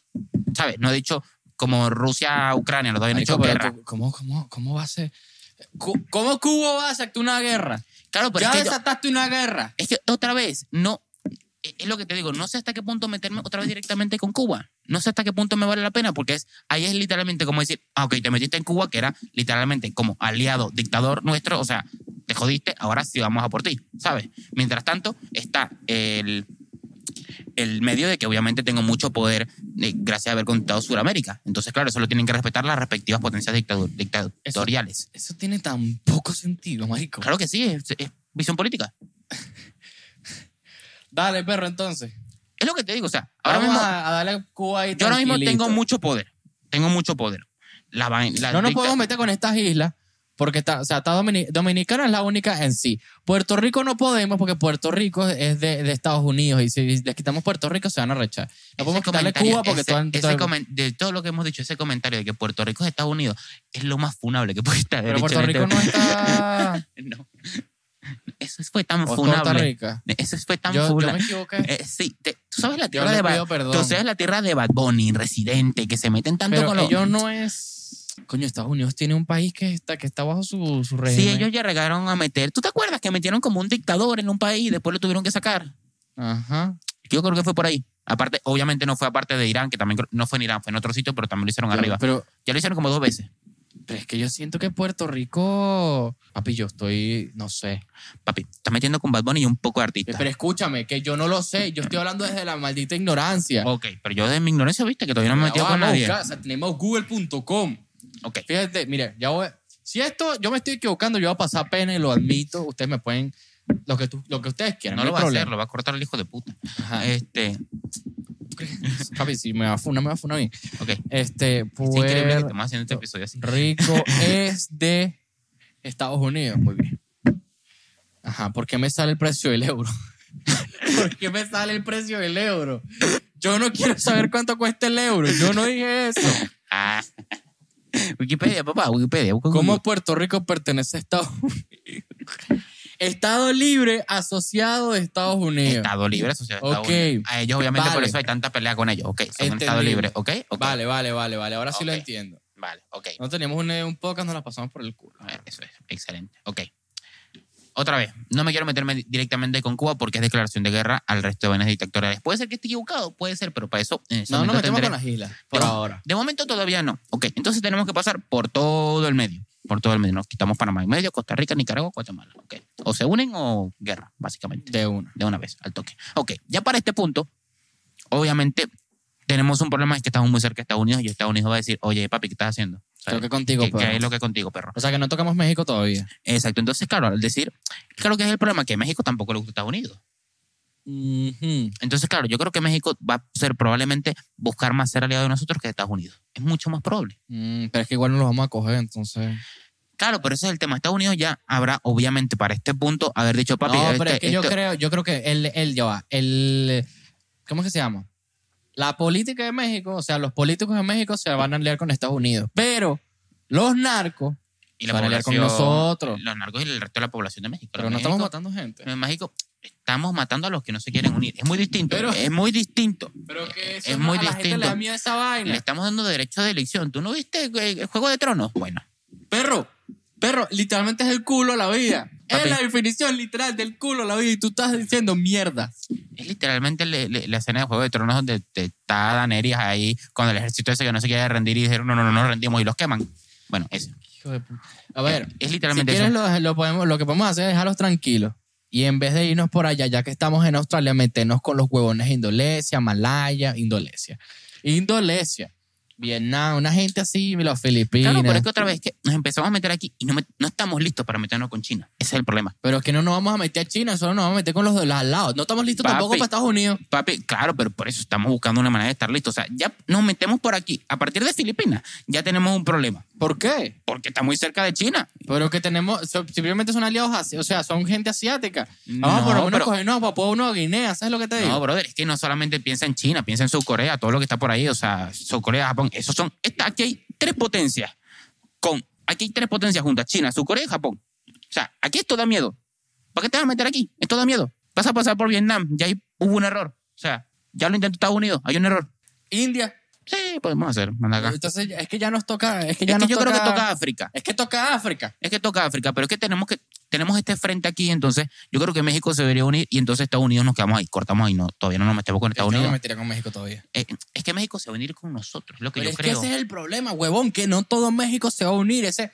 B: ¿sabes? No he dicho como Rusia, Ucrania, no todavía no he
A: Marico,
B: hecho
A: pero
B: guerra.
A: tú- ¿cómo, cómo, ¿Cómo va a ser? Cu- ¿Cómo Cuba va a aceptar una guerra?
B: Claro, pero
A: ya
B: es que, yo-
A: desataste una guerra.
B: es que otra vez, no, es es lo que te digo, no sé hasta qué punto meterme otra vez directamente con Cuba. No sé hasta qué punto me vale la pena, porque es, ahí es literalmente como decir, ah, ok, te metiste en Cuba, que era literalmente como aliado, dictador nuestro, o sea, te jodiste, ahora sí vamos a por ti, ¿sabes? Mientras tanto, está el, el medio de que obviamente tengo mucho poder eh, gracias a haber conquistado Sudamérica. Entonces, claro, eso lo tienen que respetar las respectivas potencias dictadu- dictatoriales.
A: Eso tiene tan poco sentido, marico.
B: Claro que sí, es, es visión política.
A: Dale, perro, entonces.
B: Es lo que te digo, o sea, ahora
A: Vamos
B: mismo,
A: a, a darle a Cuba ahí
B: yo ahora mismo
A: tranquilito.
B: tengo mucho poder. Tengo mucho poder. La, vain- la
A: No nos
B: dicta-
A: podemos meter con estas islas porque está, o sea, está Domini- Dominicana es la única en sí. Puerto Rico no podemos porque Puerto Rico es de, de Estados Unidos y si les quitamos Puerto Rico se van a rechar. No podemos
B: ese
A: quitarle
B: comentario,
A: Cuba porque
B: ese-
A: todas-
B: ese
A: todas-
B: comen- de todo lo que hemos dicho, ese comentario de que Puerto Rico es Estados Unidos es lo más funable que puede estar.
A: pero
B: dicho
A: Puerto
B: en
A: Rico no
B: este- (laughs)
A: está
B: No. Eso fue tan
A: o es Costa
B: funable.
A: Rica.
B: Eso fue tan
A: Yo, yo
B: funable.
A: me equivoqué.
B: Eh, sí, te- tú sabes la
A: Yo
B: tierra
A: le
B: de
A: pido
B: Bad
A: perdón.
B: Tú sabes la tierra de Bad Bunny, residente, que se meten tanto
A: Pero
B: con los.
A: ellos no es. Coño, Estados Unidos tiene un país que está, que está bajo su, su régimen.
B: Sí, ellos ya llegaron a meter. ¿Tú te acuerdas que metieron como un dictador en un país y después lo tuvieron que sacar?
A: Ajá.
B: Yo creo que fue por ahí. Aparte, obviamente no fue aparte de Irán, que también creo- no fue en Irán, fue en otro sitio, pero también lo hicieron arriba.
A: Pero,
B: Ya lo hicieron como dos veces.
A: pero es que yo siento que Puerto Rico. Papi, yo estoy. No sé.
B: Papi, estás metiendo con Bad Bunny y un poco de artista.
A: Eh, Pero escúchame, que yo no lo sé. Yo estoy hablando desde la maldita ignorancia.
B: ok, pero yo desde mi ignorancia, viste, que todavía no me he metido con
A: Vamos a
B: nadie.
A: buscar, o sea, tenemos google.com.
B: Ok.
A: Fíjate, mire, ya voy. Si esto, yo me estoy equivocando, yo voy a pasar pena y lo admito. Ustedes me pueden. Lo que, tú- lo que ustedes quieran.
B: No lo
A: hay
B: va a hacer,
A: problema.
B: lo va a cortar el hijo de puta.
A: Ajá.
B: Este,
A: (laughs) Papi, si me va a funar, me va a funar bien.
B: ok.
A: Este,
B: Es increíble que
A: Puerto
B: estemos haciendo este episodio así.
A: Rico es de Estados Unidos. Muy bien. Ajá, ¿por qué me sale el precio del euro? (laughs) ¿Por qué me sale el precio del euro? Yo no quiero saber cuánto cuesta el euro. Yo no dije eso.
B: Ah. (laughs) Wikipedia, papá, Wikipedia. busca
A: ¿Cómo
B: Google.
A: Puerto Rico pertenece a Estados Unidos? Estado libre asociado de Estados Unidos.
B: Estado libre, asociado a Estados
A: Ok.
B: Unidos. A ellos, obviamente,
A: Vale.
B: por eso hay tanta pelea con ellos. Ok, son un
A: Entendido.
B: Estado libre. Ok, ok.
A: Vale, vale, vale, vale. Ahora sí lo
B: Ok.
A: entiendo.
B: Vale, ok.
A: No teníamos un, un podcast, nos la pasamos por el culo.
B: Eh, Eso es, excelente. Ok. Otra vez, no me quiero meterme directamente con Cuba porque es declaración de guerra al resto de vainas dictatoriales. Puede ser que esté equivocado, puede ser, pero para eso. en ese
A: No, no
B: momento
A: me
B: tendré-
A: con las islas, por
B: Pero-
A: ahora.
B: De momento todavía no. Ok, entonces tenemos que pasar por todo el medio. Por todo el medio. Nos quitamos Panamá en medio, Costa Rica, Nicaragua, Guatemala. Ok. O se unen o guerra, básicamente.
A: De una.
B: De una vez, al toque. Ok, ya para este punto, obviamente tenemos un problema, es que estamos muy cerca de Estados Unidos y Estados Unidos va a decir, oye, papi, ¿qué estás haciendo?
A: Creo
B: ¿Sabes?
A: que contigo,
B: ¿Qué- qué
A: pero-
B: es lo que contigo, perro?
A: O sea que no tocamos México todavía.
B: Exacto. Entonces, claro, al decir, claro que es el problema que México tampoco le gusta a Estados Unidos.
A: Ujú.
B: Entonces, claro, yo creo que México va a ser probablemente buscar más ser aliado de nosotros que de Estados Unidos. Es mucho más probable.
A: Mm, pero es que igual no los vamos a coger, entonces.
B: Claro, pero ese es el tema. Estados Unidos ya habrá, obviamente, para este punto, haber dicho, papi,
A: no,
B: este-
A: pero es que yo
B: este-
A: creo, yo creo que él, él ya va. El, ¿Cómo es que se llama? La política de México, o sea, los políticos de México se van a aliar con Estados Unidos. Pero los narcos
B: y la
A: se van a aliar con
B: población-
A: nosotros.
B: Los narcos y el resto de la población de México.
A: Pero no
B: México-
A: estamos matando gente.
B: En México estamos matando a los que no se quieren unir. Es muy distinto.
A: Pero-
B: es muy distinto.
A: Pero que
B: eso Es no- muy a la gente distinto. le da
A: miedo esa
B: Le
A: vaina.
B: estamos dando derecho de elección. ¿Tú no viste eh, el Juego de Tronos? Bueno,
A: Perro, perro, literalmente es el culo la vida.
B: Papi.
A: Es la definición literal del culo la vida y tú estás diciendo mierda.
B: es literalmente le- le- la escena de Juego de Tronos donde te está Daenerys ahí con el ejército ese que no se quiere rendir y dijeron, no, no, no, no rendimos y los queman. Bueno, eso.
A: Hijo de puta. A ver,
B: Es- es
A: si
B: literalmente
A: quieres
B: eso.
A: lo, lo podemos, lo que podemos hacer es dejarlos tranquilos. Y en vez de irnos por allá, ya que estamos en Australia, meternos con los huevones de Indonesia, Malaya, Indonesia. Indonesia, Vietnam, una gente así, los Filipinas.
B: Claro, pero
A: pero,
B: es que otra vez que nos empezamos a meter aquí y no, me- no estamos listos para meternos con China. Ese es el problema.
A: es que no nos vamos a meter a China, solo nos vamos a meter con los de los al lado. No estamos listos
B: Papi.
A: tampoco para Estados Unidos.
B: Papi, claro, pero por eso estamos buscando una manera de estar listos. O sea, ya nos metemos por aquí. A partir de Filipinas ya tenemos un problema.
A: ¿Por qué?
B: Porque está muy cerca de China.
A: Pero que tenemos, so- simplemente son aliados, asi- o sea, son gente asiática. Vamos
B: No,
A: por lo menos
B: pero-
A: cogernos a Papua Nueva Guinea, ¿sabes lo que te digo?
B: No, brother, es que no solamente piensa en China, piensa en Sur Corea, todo lo que está por ahí, o sea, Sur Corea, Japón, esos son, está, aquí hay tres potencias, con, aquí hay tres potencias juntas, China, Sur Corea y Japón. O sea, aquí esto da miedo. ¿Para qué te vas a meter aquí? Esto da miedo. Vas a pasar por Vietnam, ya ahí hubo un error. O sea, ya lo intentó Estados Unidos, hay un error.
A: India.
B: Sí, podemos hacer, manda acá.
A: Entonces, es que ya nos toca, es que
B: Es
A: ya
B: que
A: nos
B: yo
A: toca,
B: creo que toca África.
A: Es que toca África.
B: Es que toca África, pero es que tenemos que tenemos este frente aquí, entonces yo creo que México se debería unir y entonces Estados Unidos nos quedamos ahí, cortamos ahí, no, todavía no nos metemos con Estados
A: Yo no
B: Unidos.
A: me metería con México todavía.
B: Eh, es que México se va a unir con nosotros, es lo que
A: Pero
B: yo
A: es
B: creo.
A: que ese es el problema, huevón, que no todo México se va a unir. Ese,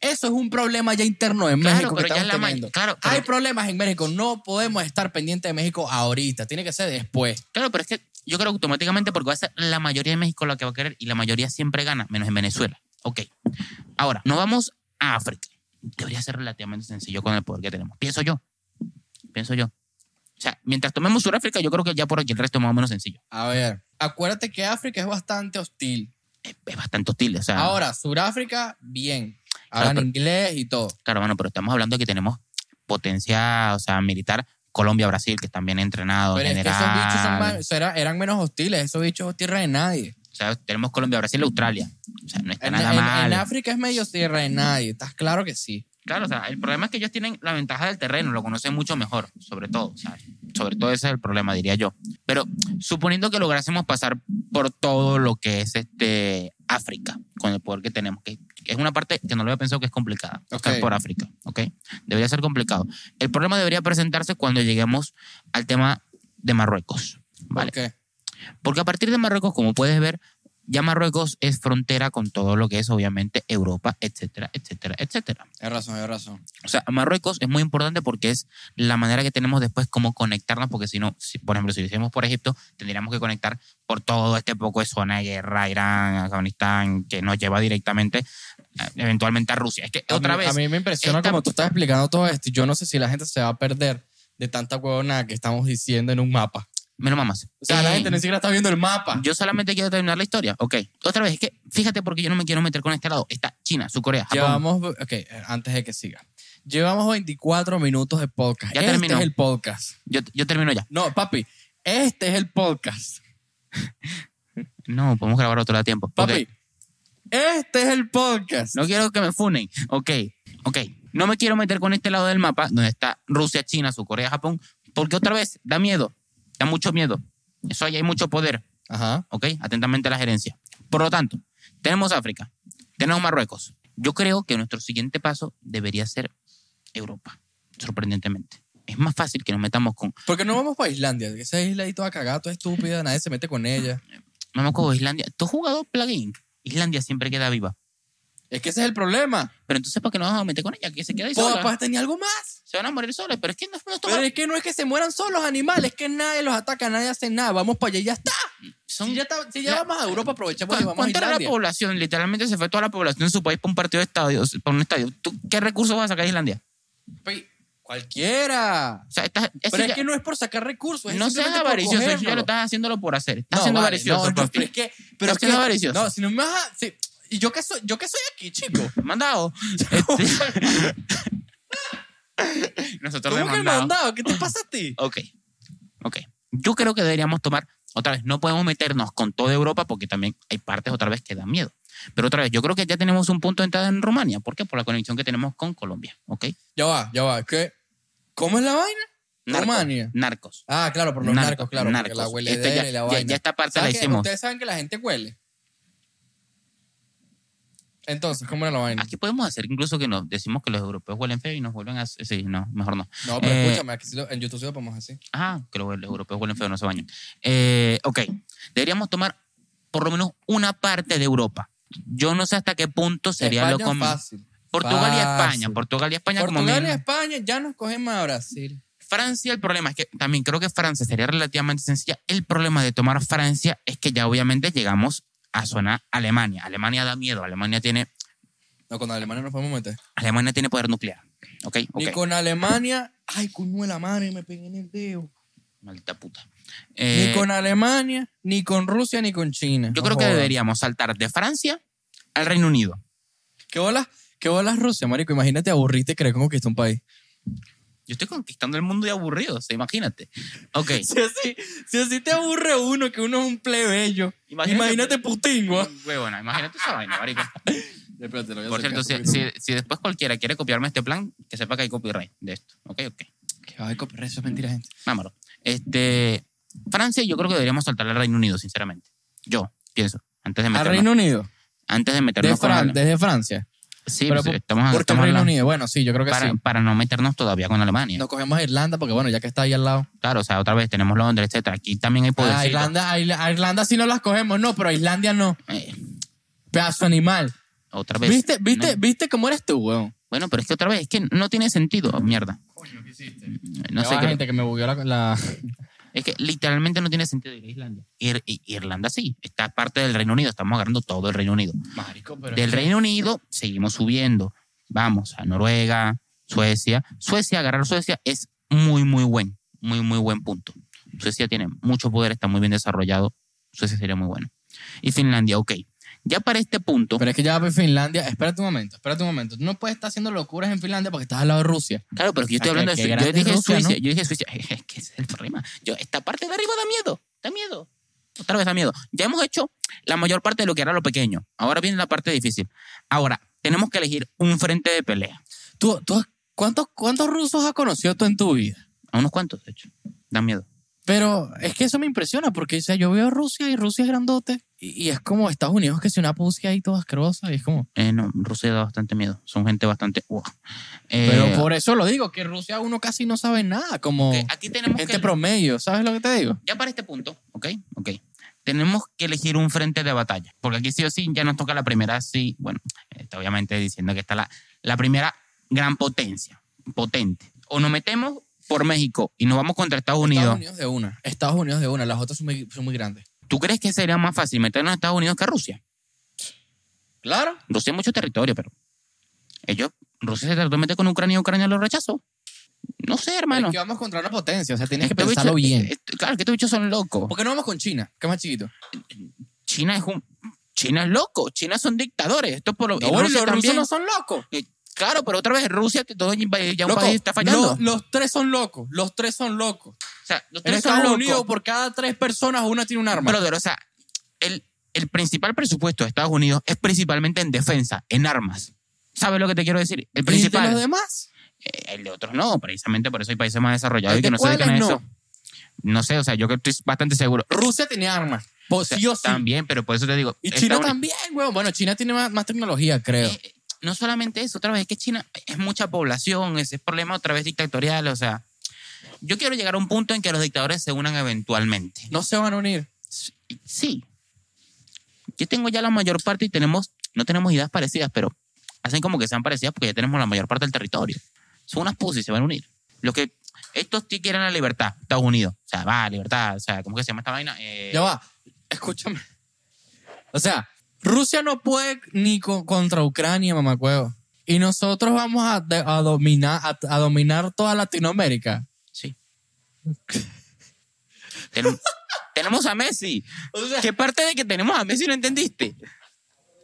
A: eso es un problema ya interno en
B: Claro,
A: México que
B: pero ya
A: estamos
B: es la ma-
A: teniendo.
B: claro, pero-
A: Hay problemas en México, no podemos estar pendientes de México ahorita, tiene que ser después.
B: Claro, pero es que yo creo que automáticamente porque va a ser la mayoría de México la que va a querer y la mayoría siempre gana, menos en Venezuela. Ok. Ahora, nos vamos a África. Debería ser relativamente sencillo con el poder que tenemos. Pienso yo. Pienso yo. O sea, mientras tomemos Sudáfrica, yo creo que ya por aquí el resto es más o menos sencillo.
A: A ver, acuérdate que África es bastante hostil.
B: Es, es bastante hostil. O sea,
A: Ahora, Sudáfrica, bien.
B: Claro,
A: Hablan
B: pero-
A: inglés y todo.
B: claro, bueno, pero estamos hablando de que tenemos potencia, o sea, militar. Colombia, Brasil, que están bien entrenados.
A: Pero
B: en
A: es que esos bichos son
B: general.
A: más- o sea, era- eran menos hostiles. Esos bichos tierra de nadie.
B: O sea, tenemos Colombia, Brasil, Australia. O sea, no está
A: En,
B: nada
A: en-
B: mal.
A: en África es medio tierra de nadie. Estás claro que sí.
B: Claro, o sea, el problema es que ellos tienen la ventaja del terreno, lo conocen mucho mejor, sobre todo, o sea, sobre todo ese es el problema, diría yo. Pero suponiendo que lográsemos pasar por todo lo que es este África, con el poder que tenemos, que es una parte que no lo había pensado que es complicada, pasar
A: Ok.
B: por África, ¿ok? Debería ser complicado. El problema debería presentarse cuando lleguemos al tema de Marruecos, ¿vale?
A: Porque
B: Porque a partir de Marruecos, como puedes ver, Ya Marruecos es frontera con todo lo que es, obviamente, Europa, etcétera, etcétera, etcétera.
C: Es razón, es razón.
B: O sea, Marruecos es muy importante porque es la manera que tenemos después como conectarnos, porque si no, si- por ejemplo, si lo hiciéramos por Egipto, tendríamos que conectar por todo este poco de zona de guerra, Irán, Afganistán, que nos lleva directamente eh, eventualmente a Rusia. Es que
A: A
B: otra
A: mí-
B: vez...
A: A mí me impresiona
B: esta-
A: como tú estás explicando todo esto. y Yo no sé si la gente se va a perder de tanta huevona que estamos diciendo en un mapa.
B: Menos mamás.
A: O sea, la
B: Eh,
A: gente ni siquiera está viendo el mapa.
B: Yo solamente quiero terminar la historia. Ok. Otra vez, es que fíjate porque yo no me quiero meter con este lado. Está China, su Corea, Japón.
A: Llevamos, ok, eh, antes de que siga. Llevamos 24 minutos de podcast.
B: Ya
A: este
B: terminó.
A: es el podcast.
B: Yo, yo termino ya.
A: No, papi, este es el podcast.
B: No, podemos grabar otro a tiempo.
A: Papi,
B: Ok.
A: este es el podcast.
B: No quiero que me funen. Ok, ok. No me quiero meter con este lado del mapa donde está Rusia, China, su Corea, Japón. Porque otra vez, da miedo. Da mucho miedo. Eso ahí hay mucho poder.
A: Ajá.
B: ¿ok? Atentamente la gerencia. Por lo tanto, tenemos África, tenemos Marruecos. Yo creo que nuestro siguiente paso debería ser Europa, sorprendentemente. Es más fácil que nos metamos con
A: Porque no vamos para Islandia. que Esa isla ahí toda cagada, toda estúpida, nadie se mete con ella.
B: vamos con Islandia. ¿Tú has jugado plugin? Islandia siempre queda viva.
A: Es que ese es el problema.
B: Pero entonces, ¿para qué nos vamos a meter con ella? Que se queda ahí
A: Pues
B: sola.
A: pues, tenía algo más.
B: Se van a morir solas, pero es que no nos
A: Pero
B: toca.
A: es que no es que se mueran solos animales, es que nadie los ataca, nadie hace nada. Vamos para allá y ya está.
B: Son-
A: Si ya, está- si ya
B: La-
A: vamos a Europa, aprovechamos y
B: ¿Cu-
A: vamos a
B: ¿Cuánto era la
A: Islandia.
B: población? Literalmente se fue toda la población de su país para un partido de estadios, para un estadio. ¿Tú qué recursos vas a sacar de Islandia?
A: Pi- Cualquiera.
B: O sea, estás- eso
A: Pero es
B: ya-
A: que no es por sacar recursos. es
B: no seas
A: simplemente por
B: avaricioso, eso ya
A: cogerlo.
B: lo estás haciéndolo por hacer. Estás
A: No,
B: siendo
A: vale,
B: avaricioso.
A: no, no,
B: papi.
A: pero es que. Pero
B: Estás
A: es que,
B: siendo avaricioso.
A: No, si no me vas a. si- ¿Y yo qué soy, yo qué soy aquí, (laughs) chico?
B: Mandado.
A: (laughs)
B: Este- Nosotros
A: ¿Cómo que
B: demandado.
A: mandado? ¿Qué te pasa a ti?
B: Ok. Ok. Yo creo que deberíamos tomar, otra vez, no podemos meternos con toda Europa porque también hay partes otra vez que dan miedo. Pero otra vez, yo creo que ya tenemos un punto de entrada en Rumania. ¿Por qué? Por la conexión que tenemos con Colombia. ¿Ok?
A: Ya va, ya va. ¿Qué? ¿Cómo es la vaina?
B: Narcos.
A: Rumania.
B: Narcos.
A: Ah, claro, por los
B: Narcos,
A: narcos, Este claro. porque
B: narcos.
A: la huele
B: Esto ya-
A: y la
B: ya-
A: vaina.
B: ya esta parte
A: ¿Sabes
B: la
A: que
B: hicimos.
A: Ustedes saben que la gente huele. Entonces, ¿cómo era la vaina?
B: Aquí podemos hacer incluso que nos decimos que los europeos huelen feo y nos vuelven a... Sí, no, mejor no.
A: No, pero
B: eh,
A: escúchame, aquí sí lo- en YouTube sí lo podemos así.
B: Ah, que los, los europeos huelen feo, no se bañan. Eh, ok, deberíamos tomar por lo menos una parte de Europa. Yo no sé hasta qué punto sería
A: España,
B: lo común.
A: fácil.
B: Portugal y España.
A: Fácil.
B: Portugal y España como
A: Portugal y
B: mínimo.
A: España ya nos cogemos a Brasil.
B: Francia, el problema es que también creo que Francia sería relativamente sencilla. El problema de tomar Francia es que ya obviamente llegamos a zona Alemania. Alemania da miedo. Alemania tiene,
A: No, con Alemania nos podemos meter.
B: Alemania tiene poder nuclear. Ok,
A: Ni
B: ok.
A: con Alemania. Ay, coño de la madre, me pegué en el dedo.
B: Maldita puta. Eh,
A: ni con Alemania, ni con Rusia, ni con China. No
B: yo creo que
A: jodas.
B: deberíamos saltar de Francia al Reino Unido.
A: ¿Qué bolas? ¿Qué bolas Rusia, marico? Imagínate aburrirte y creer como que está un país.
B: Yo estoy conquistando el mundo y aburrido, o sea, imagínate. Ok,
A: Si así, si así te aburre uno, que uno es un plebeyo.
B: Imagínate-
A: Imagínate, Putin, güey.
B: huevona, imagínate esa vaina, marico.
A: (laughs)
B: Por cierto, si, si- si después cualquiera quiere copiarme este plan, que sepa que hay copyright de esto. Ok, ok.
A: Ay, copyright, eso es mentira, gente.
B: Vámonos. Este, Francia, yo creo que deberíamos saltar al Reino Unido, sinceramente. Yo pienso, antes de
A: ¿Al
B: meternos,
A: Reino Unido?
B: antes de meternos
A: De
B: con
A: Fran-
B: Ale-
A: desde Francia.
B: Sí,
A: Pero
B: pues,
A: por-
B: estamos,
A: ¿Por qué el
B: estamos
A: Reino
B: hablando-
A: Unido? Bueno, sí, yo creo que
B: para,
A: sí.
B: para no meternos todavía con Alemania.
A: Nos cogemos a Irlanda porque, bueno, ya que está ahí al lado.
B: Claro, o sea, otra vez tenemos Londres, etcétera. Aquí también hay poder.
A: A Irlanda, a Irla- a Irlanda sí no las cogemos, no, pero a Islandia no. Pedazo animal.
B: eh, otra vez.
A: ¿Viste, viste,
B: No.
A: viste cómo eres tú, weón?
B: Bueno, pero es que otra vez, es que no tiene sentido, mierda. No
A: Ya
B: sé
A: va,
B: qué.
A: gente que me bugueó la, la-
B: Es que literalmente no tiene sentido ir a Islandia. Ir- i- Irlanda sí, está parte del Reino Unido, estamos agarrando todo el Reino Unido. del Reino Unido seguimos subiendo. Vamos a Noruega, Suecia. Suecia, agarrar Suecia es muy, muy buen, muy, muy buen punto. Suecia tiene mucho poder, está muy bien desarrollado. Suecia sería muy bueno. Y Finlandia, ok. Ya para este punto,
A: Pero es que ya va Finlandia. Espérate un momento, espérate un momento. Tú no puedes estar haciendo locuras en Finlandia porque estás al lado de Rusia.
B: claro, pero yo estoy
A: Ah,
B: hablando de
A: qué
B: Suecia. Yo
A: grande
B: dije
A: Rusia,
B: Suecia,
A: ¿no?
B: yo dije Suecia. (laughs) Es que ese es el problema. Yo, esta parte de arriba da miedo, da miedo. Otra vez da miedo. Ya hemos hecho la mayor parte de lo que era lo pequeño. Ahora viene la parte difícil. Ahora, tenemos que elegir un frente de pelea.
A: ¿Tú, tú, ¿cuántos, ¿Cuántos rusos has conocido tú en tu vida?
B: A unos cuantos, de hecho. Da miedo.
A: Pero es que eso me impresiona porque o sea, yo veo Rusia y Rusia es grandote y, y es como Estados Unidos que es una pussy ahí toda asquerosa y es como...
B: Eh, no, Rusia da bastante miedo. Son gente bastante. Wow. Eh,
A: Pero por eso lo digo, que Rusia uno casi no sabe nada, como
B: ok, aquí tenemos
A: gente
B: que.
A: promedio, ¿sabes lo que te digo?
B: ya para este punto, ¿ok? Ok. tenemos que elegir un frente de batalla, porque aquí sí o sí ya nos toca la primera, sí, bueno, está obviamente diciendo que está la, la primera gran potencia, potente. O nos metemos por México y nos vamos contra Estados Unidos.
A: Estados Unidos de una. Estados Unidos de una. Las otras son muy, son muy grandes.
B: ¿Tú crees que sería más fácil meternos a Estados Unidos que a Rusia?
A: Claro.
B: Rusia es mucho territorio, pero ellos, Rusia se trató de meter con Ucrania y Ucrania lo rechazó. No sé, hermano.
A: Es que vamos contra una potencia. O sea, tienes que
B: Estos
A: pensarlo
B: bichos-
A: bien.
B: est- Claro, que estos bichos son locos.
A: ¿Por qué no vamos con China? Que es más chiquito.
B: China es un. China es loco. China son dictadores. Esto por lo. y
A: No, bueno,
B: Rusia también.
A: son locos.
B: Eh, Claro, pero otra vez Rusia, que todo ya un
A: Loco,
B: país está fallando.
A: lo- los tres son locos. Los tres son locos.
B: o sea, los
A: En
B: tres son
A: Estados
B: locos.
A: Unidos, por cada tres personas, una tiene un arma.
B: Brother, o sea, el, el principal presupuesto de Estados Unidos es principalmente en defensa, en armas. ¿Sabes lo que te quiero decir?
A: ¿Y
B: El
A: de
B: principal.
A: los demás?
B: Eh, el de otros no, precisamente por eso hay países más desarrollados
A: ¿El
B: y
A: de
B: que no se dedican a
A: cuáles
B: eso. No sé, o sea, yo que estoy bastante seguro.
A: Rusia tiene armas.
B: O sea,
A: sí o sí.
B: También, pero por eso te digo.
A: Y
B: Estados
A: China
B: Unidos-
A: también, weón. Bueno, China tiene más, más tecnología, creo.
B: Eh, eh, no solamente eso, otra vez, es que China es mucha población, ese es problema otra vez dictatorial, o sea, yo quiero llegar a un punto en que los dictadores se unan eventualmente.
A: No se van a unir.
B: Sí, yo tengo ya la mayor parte y tenemos, no tenemos ideas parecidas, pero hacen como que sean parecidas porque ya tenemos la mayor parte del territorio. Son unas pusis, se van a unir. Lo que estos sí quieren la libertad, Estados Unidos, o sea, va, libertad, o sea, ¿cómo que se llama esta vaina? Eh,
A: Ya va, escúchame. O sea, Rusia no puede ni co- contra Ucrania, mamacuevo. Y nosotros vamos a, de- a dominar, a, a dominar toda Latinoamérica.
B: Sí. Tenem- (laughs) tenemos a Messi.
A: O sea,
B: ¿Qué parte de que tenemos a Messi no entendiste?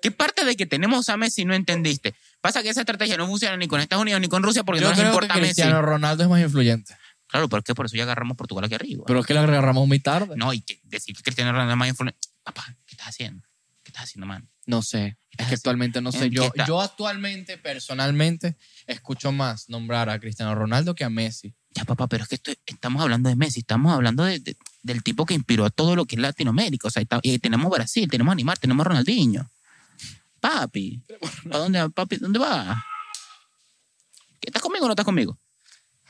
B: ¿Qué parte de que tenemos a Messi no entendiste? Pasa que esa estrategia no funciona ni con Estados Unidos ni con Rusia porque
A: yo
B: no les
A: creo que
B: importa a Messi.
A: Cristiano Ronaldo es más influyente.
B: Claro, pero es que por eso ya agarramos Portugal aquí arriba.
A: Pero es que lo agarramos muy tarde.
B: no, y que decir que Cristiano Ronaldo es más influyente. Papá, ¿qué estás haciendo? ¿Qué estás haciendo, man?
A: No sé. Es que actualmente no sé.
B: ¿En
A: Yo,
B: qué está?
A: yo actualmente, personalmente, escucho más nombrar a Cristiano Ronaldo que a Messi.
B: Ya, papá, pero es que esto- estamos hablando de Messi, estamos hablando de- de- del tipo que inspiró a todo lo que es Latinoamérica. O sea, está- y tenemos Brasil, tenemos Animar, tenemos Ronaldinho. Papi, ¿a dónde, papi, ¿dónde va? ¿Estás conmigo o no estás conmigo?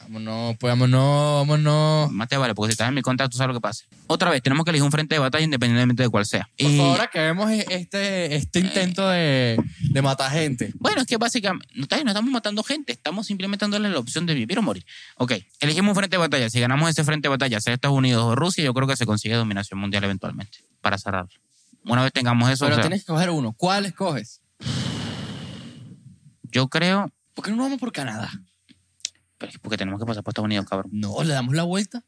A: Vámonos, pues vámonos, vámonos.
B: Más te vale, porque si estás en mi contra, tú sabes lo que pasa. Otra vez, tenemos que elegir un frente de batalla independientemente de cuál sea.
A: Por
B: Y,
A: favor, acabemos este, este intento de, de matar gente.
B: Bueno, es que básicamente no, está- no estamos matando gente, estamos simplemente dándole la opción de vivir o morir. Ok, elegimos un frente de batalla. Si ganamos ese frente de batalla, sea Estados Unidos o Rusia, yo creo que se consigue dominación mundial eventualmente, para cerrar. Una vez tengamos eso,
A: Pero
B: o sea,
A: tienes que coger uno. ¿Cuál escoges?
B: yo creo...
A: ¿Por qué no vamos por Canadá?
B: pero es Porque tenemos que pasar por Estados Unidos, cabrón.
A: No, le damos la vuelta.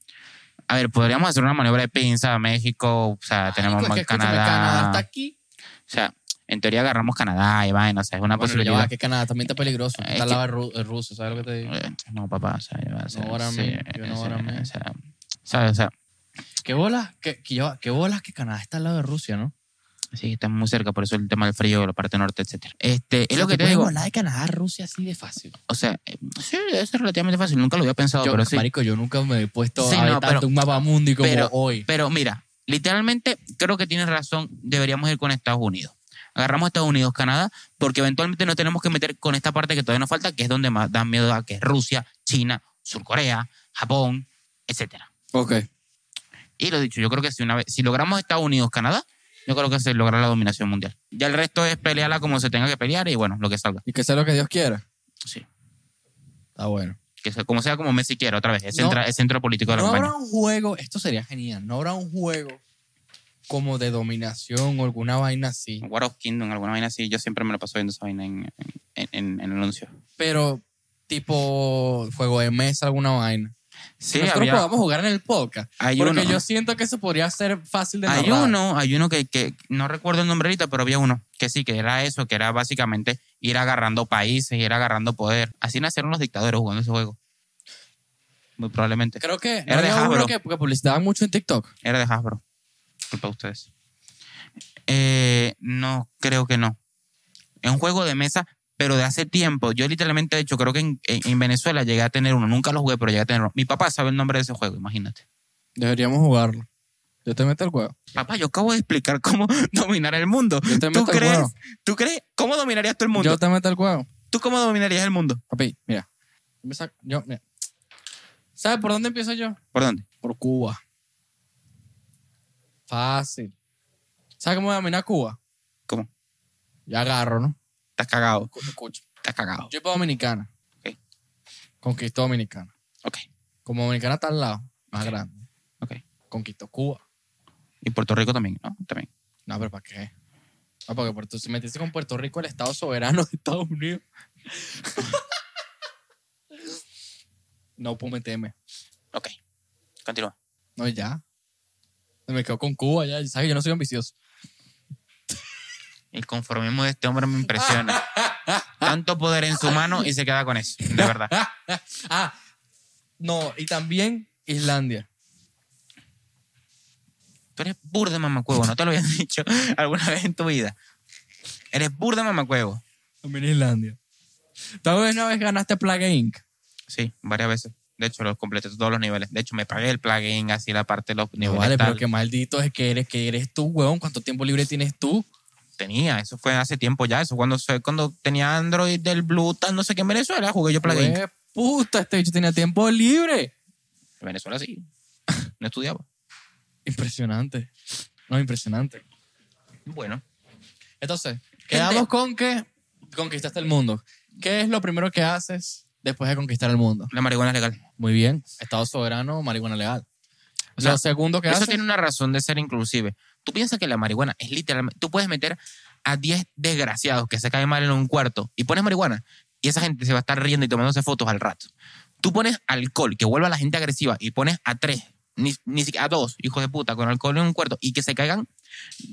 B: A ver, podríamos hacer una maniobra de pinza a México, o sea, tenemos
A: Marico, es que escúchame,
B: Canadá.
A: Canadá está aquí.
B: O sea, en teoría agarramos Canadá y vaina, o sea, es una
A: Bueno, ya
B: posibilidad.
A: va, que Canadá también está peligroso.
B: Es
A: Está al
B: que-
A: lado de Ru- de Rusia, ¿sabes lo que te digo?
B: Eh, No, papá, o sea, yo, o sea,
A: No, ahora
B: sí, eh,
A: me- yo no,
B: sí,
A: ahora me-
B: o sea, ¿sabes? O sea,
A: ¿Qué bolas? ¿Qué, qué, ya va, qué bolas que Canadá está al lado de Rusia, no?
B: sí, estamos muy cerca, por eso el tema del frío, la parte norte, etcétera. Este, es
A: O sea,
B: lo que te
A: puedes
B: digo,
A: volar de Canadá a Rusia así de fácil.
B: o sea, eh, sí, es relativamente fácil, nunca lo había pensado,
A: yo,
B: pero sí.
A: Marico, yo nunca me he puesto
B: Sí,
A: a ver
B: no,
A: tanto
B: pero-
A: un mapa mundi como
B: pero-
A: hoy.
B: Pero mira, literalmente creo que tienes razón, deberíamos ir con Estados Unidos. Agarramos Estados Unidos, Canadá, porque eventualmente nos tenemos que meter con esta parte que todavía nos falta, que es donde más dan miedo a que es Rusia, China, Sur Corea, Japón, etcétera.
A: Ok.
B: Y lo dicho, yo creo que si, una vez, si logramos Estados Unidos, Canadá, yo creo que se logra la dominación mundial. Ya el resto es pelearla como se tenga que pelear y bueno, lo que salga.
A: Y que sea lo que Dios quiera.
B: Sí.
A: Está bueno.
B: Que sea, como sea, como Messi quiera, otra vez. Es,
A: No.
B: centra- es centro político de la
A: No
B: campaña.
A: habrá un juego, esto sería genial, no habrá un juego como de dominación o alguna vaina así.
B: War of Kingdom, alguna vaina así. Yo siempre me lo paso viendo esa vaina en, en, en- en el anuncio.
A: pero tipo juego de mesa, alguna vaina.
B: Sí,
A: Nosotros
B: había-
A: podamos jugar en el podcast.
B: hay
A: porque
B: uno. ah,
A: yo siento que eso podría ser fácil de
B: Hay
A: narrar.
B: uno, hay uno que, que no recuerdo el nombre ahorita, pero había uno que sí, que era eso, que era básicamente ir agarrando países, ir agarrando poder. Así nacieron los dictadores jugando ese juego. Muy probablemente.
A: Creo que no
B: Era de
A: había uno
B: Hasbro.
A: que, que publicitaban mucho en TikTok.
B: Era de Hasbro. Disculpa ustedes. Eh, no, creo que no. Es un juego de mesa, pero de hace tiempo. Yo literalmente, de hecho, creo que en, en- en Venezuela llegué a tener uno. Nunca lo jugué, pero llegué a tener uno. Mi papá sabe el nombre de ese juego, imagínate.
A: Deberíamos jugarlo. Yo te meto el juego.
B: Papá, yo acabo de explicar cómo (laughs) dominar el mundo.
A: Yo te
B: ¿Tú
A: meto el
B: crees?
A: juego.
B: ¿Tú crees? ¿Cómo dominarías tú el mundo?
A: Yo te meto el juego.
B: ¿Tú cómo dominarías el mundo?
A: Papi, mira. Yo me saco- yo, mira. ¿Sabes por dónde empiezo yo?
B: ¿Por dónde?
A: Por Cuba. Fácil. ¿Sabes cómo voy a dominar Cuba?
B: ¿Cómo?
A: Ya agarro, ¿no?
B: Estás cagado.
A: Escucha, escucha.
B: Estás cagado.
A: Yo para Dominicana.
B: Ok.
A: Conquistó Dominicana.
B: Ok,
A: Como Dominicana está al lado, más grande.
B: ok.
A: Conquistó Cuba.
B: Y Puerto Rico también, ¿no? También.
A: No, pero ¿para qué? No, porque Puerto, si metiste con Puerto Rico el Estado soberano de Estados Unidos. (laughs) no puedo meterme.
B: Ok. Continúa.
A: No, ya. Me quedo con Cuba, ya. ¿Sabes? Yo no soy ambicioso.
B: El conformismo de este hombre me impresiona. Tanto poder en su mano y se queda con eso, de verdad.
A: (laughs) Ah, no, y también Islandia.
B: Tú eres burda mamacuevo, no te lo habían (laughs) dicho alguna vez en tu vida. Eres burda mamacuevo.
A: También Islandia. ¿Tú alguna vez ganaste Plague Inc?
B: Sí, varias veces. De hecho, los completé todos los niveles. De hecho, me pagué el plugin, así la parte de los
A: No
B: niveles.
A: vale, pero
B: tal.
A: qué maldito es que eres, que eres tú, weón. ¿Cuánto tiempo libre tienes tú?
B: Tenía, eso fue hace tiempo ya. Eso cuando, fue cuando tenía Android del Blue, tal, no sé qué en Venezuela, jugué yo plugin.
A: Hue- Puta, este bicho tenía tiempo libre.
B: En Venezuela sí. (laughs) No estudiaba.
A: Impresionante. No, impresionante.
B: Bueno,
A: Entonces, quedamos con que conquistaste el mundo. ¿Qué es lo primero que haces después de conquistar el mundo?
B: la marihuana es legal.
A: Muy bien. Estado soberano, marihuana legal.
B: O sea,
A: lo segundo que
B: Eso
A: haces.
B: tiene una razón de ser inclusive. Tú piensas que la marihuana es literalmente... Tú puedes meter a 10 desgraciados que se caen mal en un cuarto y pones marihuana y esa gente se va a estar riendo y tomándose fotos al rato. Tú pones alcohol, que vuelva a la gente agresiva, y pones a 3, ni, ni siquiera a 2, hijos de puta, con alcohol en un cuarto y que se caigan,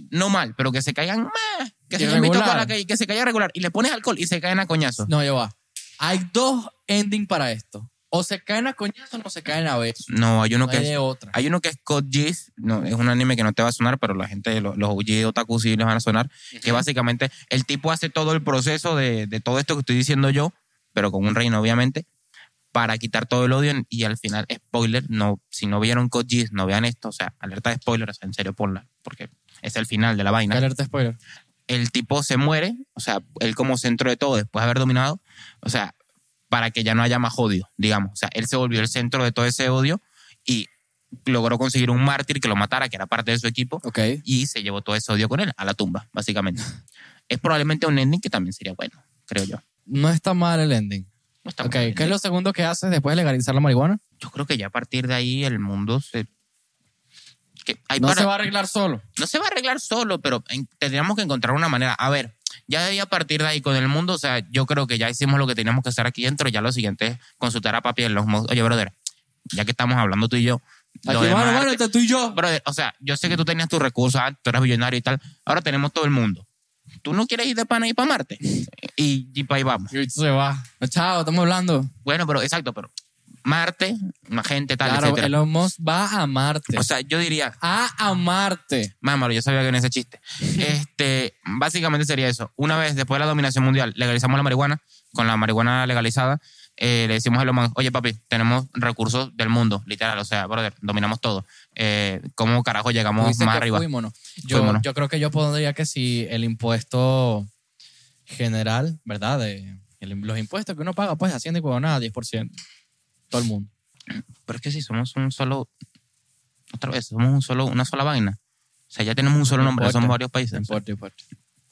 B: no mal, pero que se caigan meh, que se hayan visto
A: Irregular.
B: para la calle, que se caiga regular y le pones alcohol y se caen a coñazos.
A: No, ya va. Hay dos endings para esto. O se caen a coñazo o se caen a beso.
B: No, hay uno
A: No
B: que
A: hay
B: es
A: de otra.
B: Hay uno que es Code Geass, no, es un anime que no te va a sonar, pero la gente, lo- los OG otaku sí les van a sonar, que básicamente el tipo hace todo el proceso de, de todo esto que estoy diciendo yo, pero con un reino obviamente, para quitar todo el odio y al final, spoiler, no, si no vieron Code Geass, no vean esto, o sea, alerta de spoiler, o sea, en serio ponla, porque es el final de la vaina
A: Alerta spoiler.
B: el tipo se muere, o sea, él como centro de todo después de haber dominado, o sea, para que ya no haya más odio, digamos. O sea, él se volvió el centro de todo ese odio y logró conseguir un mártir que lo matara, que era parte de su equipo,
A: Ok.
B: y se llevó todo ese odio con él a la tumba,
A: (laughs)
B: básicamente. es probablemente un ending que también sería bueno, creo yo.
A: No está mal el ending.
B: No está
A: Ok,
B: mal el
A: ¿qué es
B: ending.
A: lo segundo que haces después de legalizar la marihuana?
B: Yo creo que ya a partir de ahí el mundo se... que hay
A: No
B: para-
A: se va a arreglar solo.
B: no se va a arreglar solo, pero en- tendríamos que encontrar una manera. A ver, ya de ahí a partir de ahí con el mundo, o sea, yo creo que ya hicimos lo que teníamos que hacer aquí dentro. Ya lo siguiente es consultar a papi en los modos. Oye, brother, ya que estamos hablando tú y yo. lo
A: Aquí,
B: de
A: bueno, bueno,
B: Marte-
A: entre tú y yo.
B: brother, o sea, yo sé que tú tenías tus recursos, ah, tú eras billonario y tal. Ahora tenemos todo el mundo. ¿Tú no quieres ir de pana y para Marte? Y, y para ahí vamos.
A: Y ahorita se va. No, chao, estamos hablando.
B: Bueno, pero exacto, pero Marte, una gente, tal,
A: claro,
B: etcétera.
A: Elon Musk va a Marte.
B: O sea, yo diría,
A: a amarte.
B: Mámalo, yo sabía que venía ese chiste. Este, básicamente sería eso. Una vez después de la dominación mundial, legalizamos la marihuana, con la marihuana legalizada, eh, le decimos a los man, oye papi, tenemos recursos del mundo, literal, o sea, brother, dominamos todo. Eh, ¿Cómo carajo llegamos
A: Dice
B: más
A: que
B: arriba?
A: fuímonos. Yo,
B: Fuímonos.
A: yo creo que yo pondría que si el impuesto general, ¿verdad? De, el- los impuestos que uno paga, pues Hacienda y nada 10%. Todo el mundo.
B: Pero es que si somos un solo, otra vez, somos un solo, una sola vaina. O sea, ya tenemos un solo
A: No
B: nombre,
A: importa.
B: somos varios países.
A: No importa, no importa.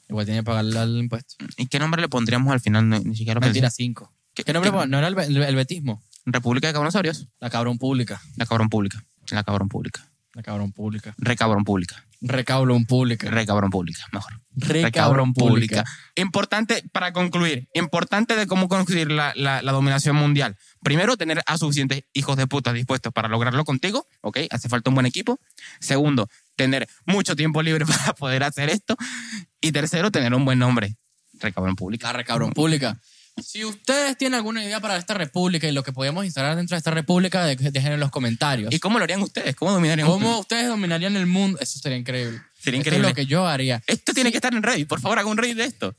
A: Igual tiene que pagar el impuesto.
B: ¿Y qué nombre le pondríamos al final? Ni, ni siquiera lo
A: Mentira, 5.
B: pensé.
A: ¿Qué nombre? pon- ¿No era el, el- el betismo?
B: República de Cabronosaurios.
A: La cabrón pública.
B: La cabrón pública. La cabrón pública.
A: La cabrón pública.
B: Recabrón pública.
A: Recabrón pública.
B: Recabrón pública, mejor.
A: Recabrón
B: cabrón
A: pública.
B: pública. Importante, para concluir, importante de cómo conseguir la, la- la dominación mundial. Primero, tener a suficientes hijos de puta dispuestos para lograrlo contigo, ¿ok? Hace falta un buen equipo. Segundo, tener mucho tiempo libre (laughs) para poder hacer esto. Y tercero, tener un buen nombre. Recabrón pública.
A: La recabrón pública. Si ustedes tienen alguna idea para esta república y lo que podemos instalar dentro de esta república, de- dejen en los comentarios.
B: ¿Y cómo lo harían ustedes? ¿Cómo dominarían
A: ¿Cómo
B: ustedes?
A: ustedes dominarían el mundo? Eso sería increíble.
B: Sería
A: Esto
B: increíble.
A: es lo que yo haría.
B: Esto tiene que estar en Reddit. Por favor, haga un Reddit de esto.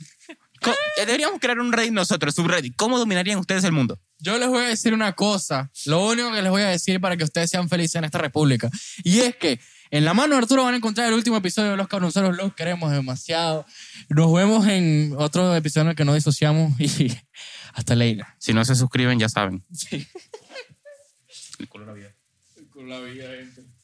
B: Co- eh, Deberíamos crear un Reddit nosotros, subreddit. ¿Cómo dominarían ustedes el mundo?
A: Yo les voy a decir una cosa. Lo único que les voy a decir para que ustedes sean felices en esta república. Y es que en la mano de Arturo van a encontrar el último episodio de Los Cabronceros. Los queremos demasiado. Nos vemos en otro episodio en el que nos disociamos. Y (laughs) hasta Leila.
B: Si no se suscriben, ya saben.
A: Sí.
B: El color
A: Con la vida, gente.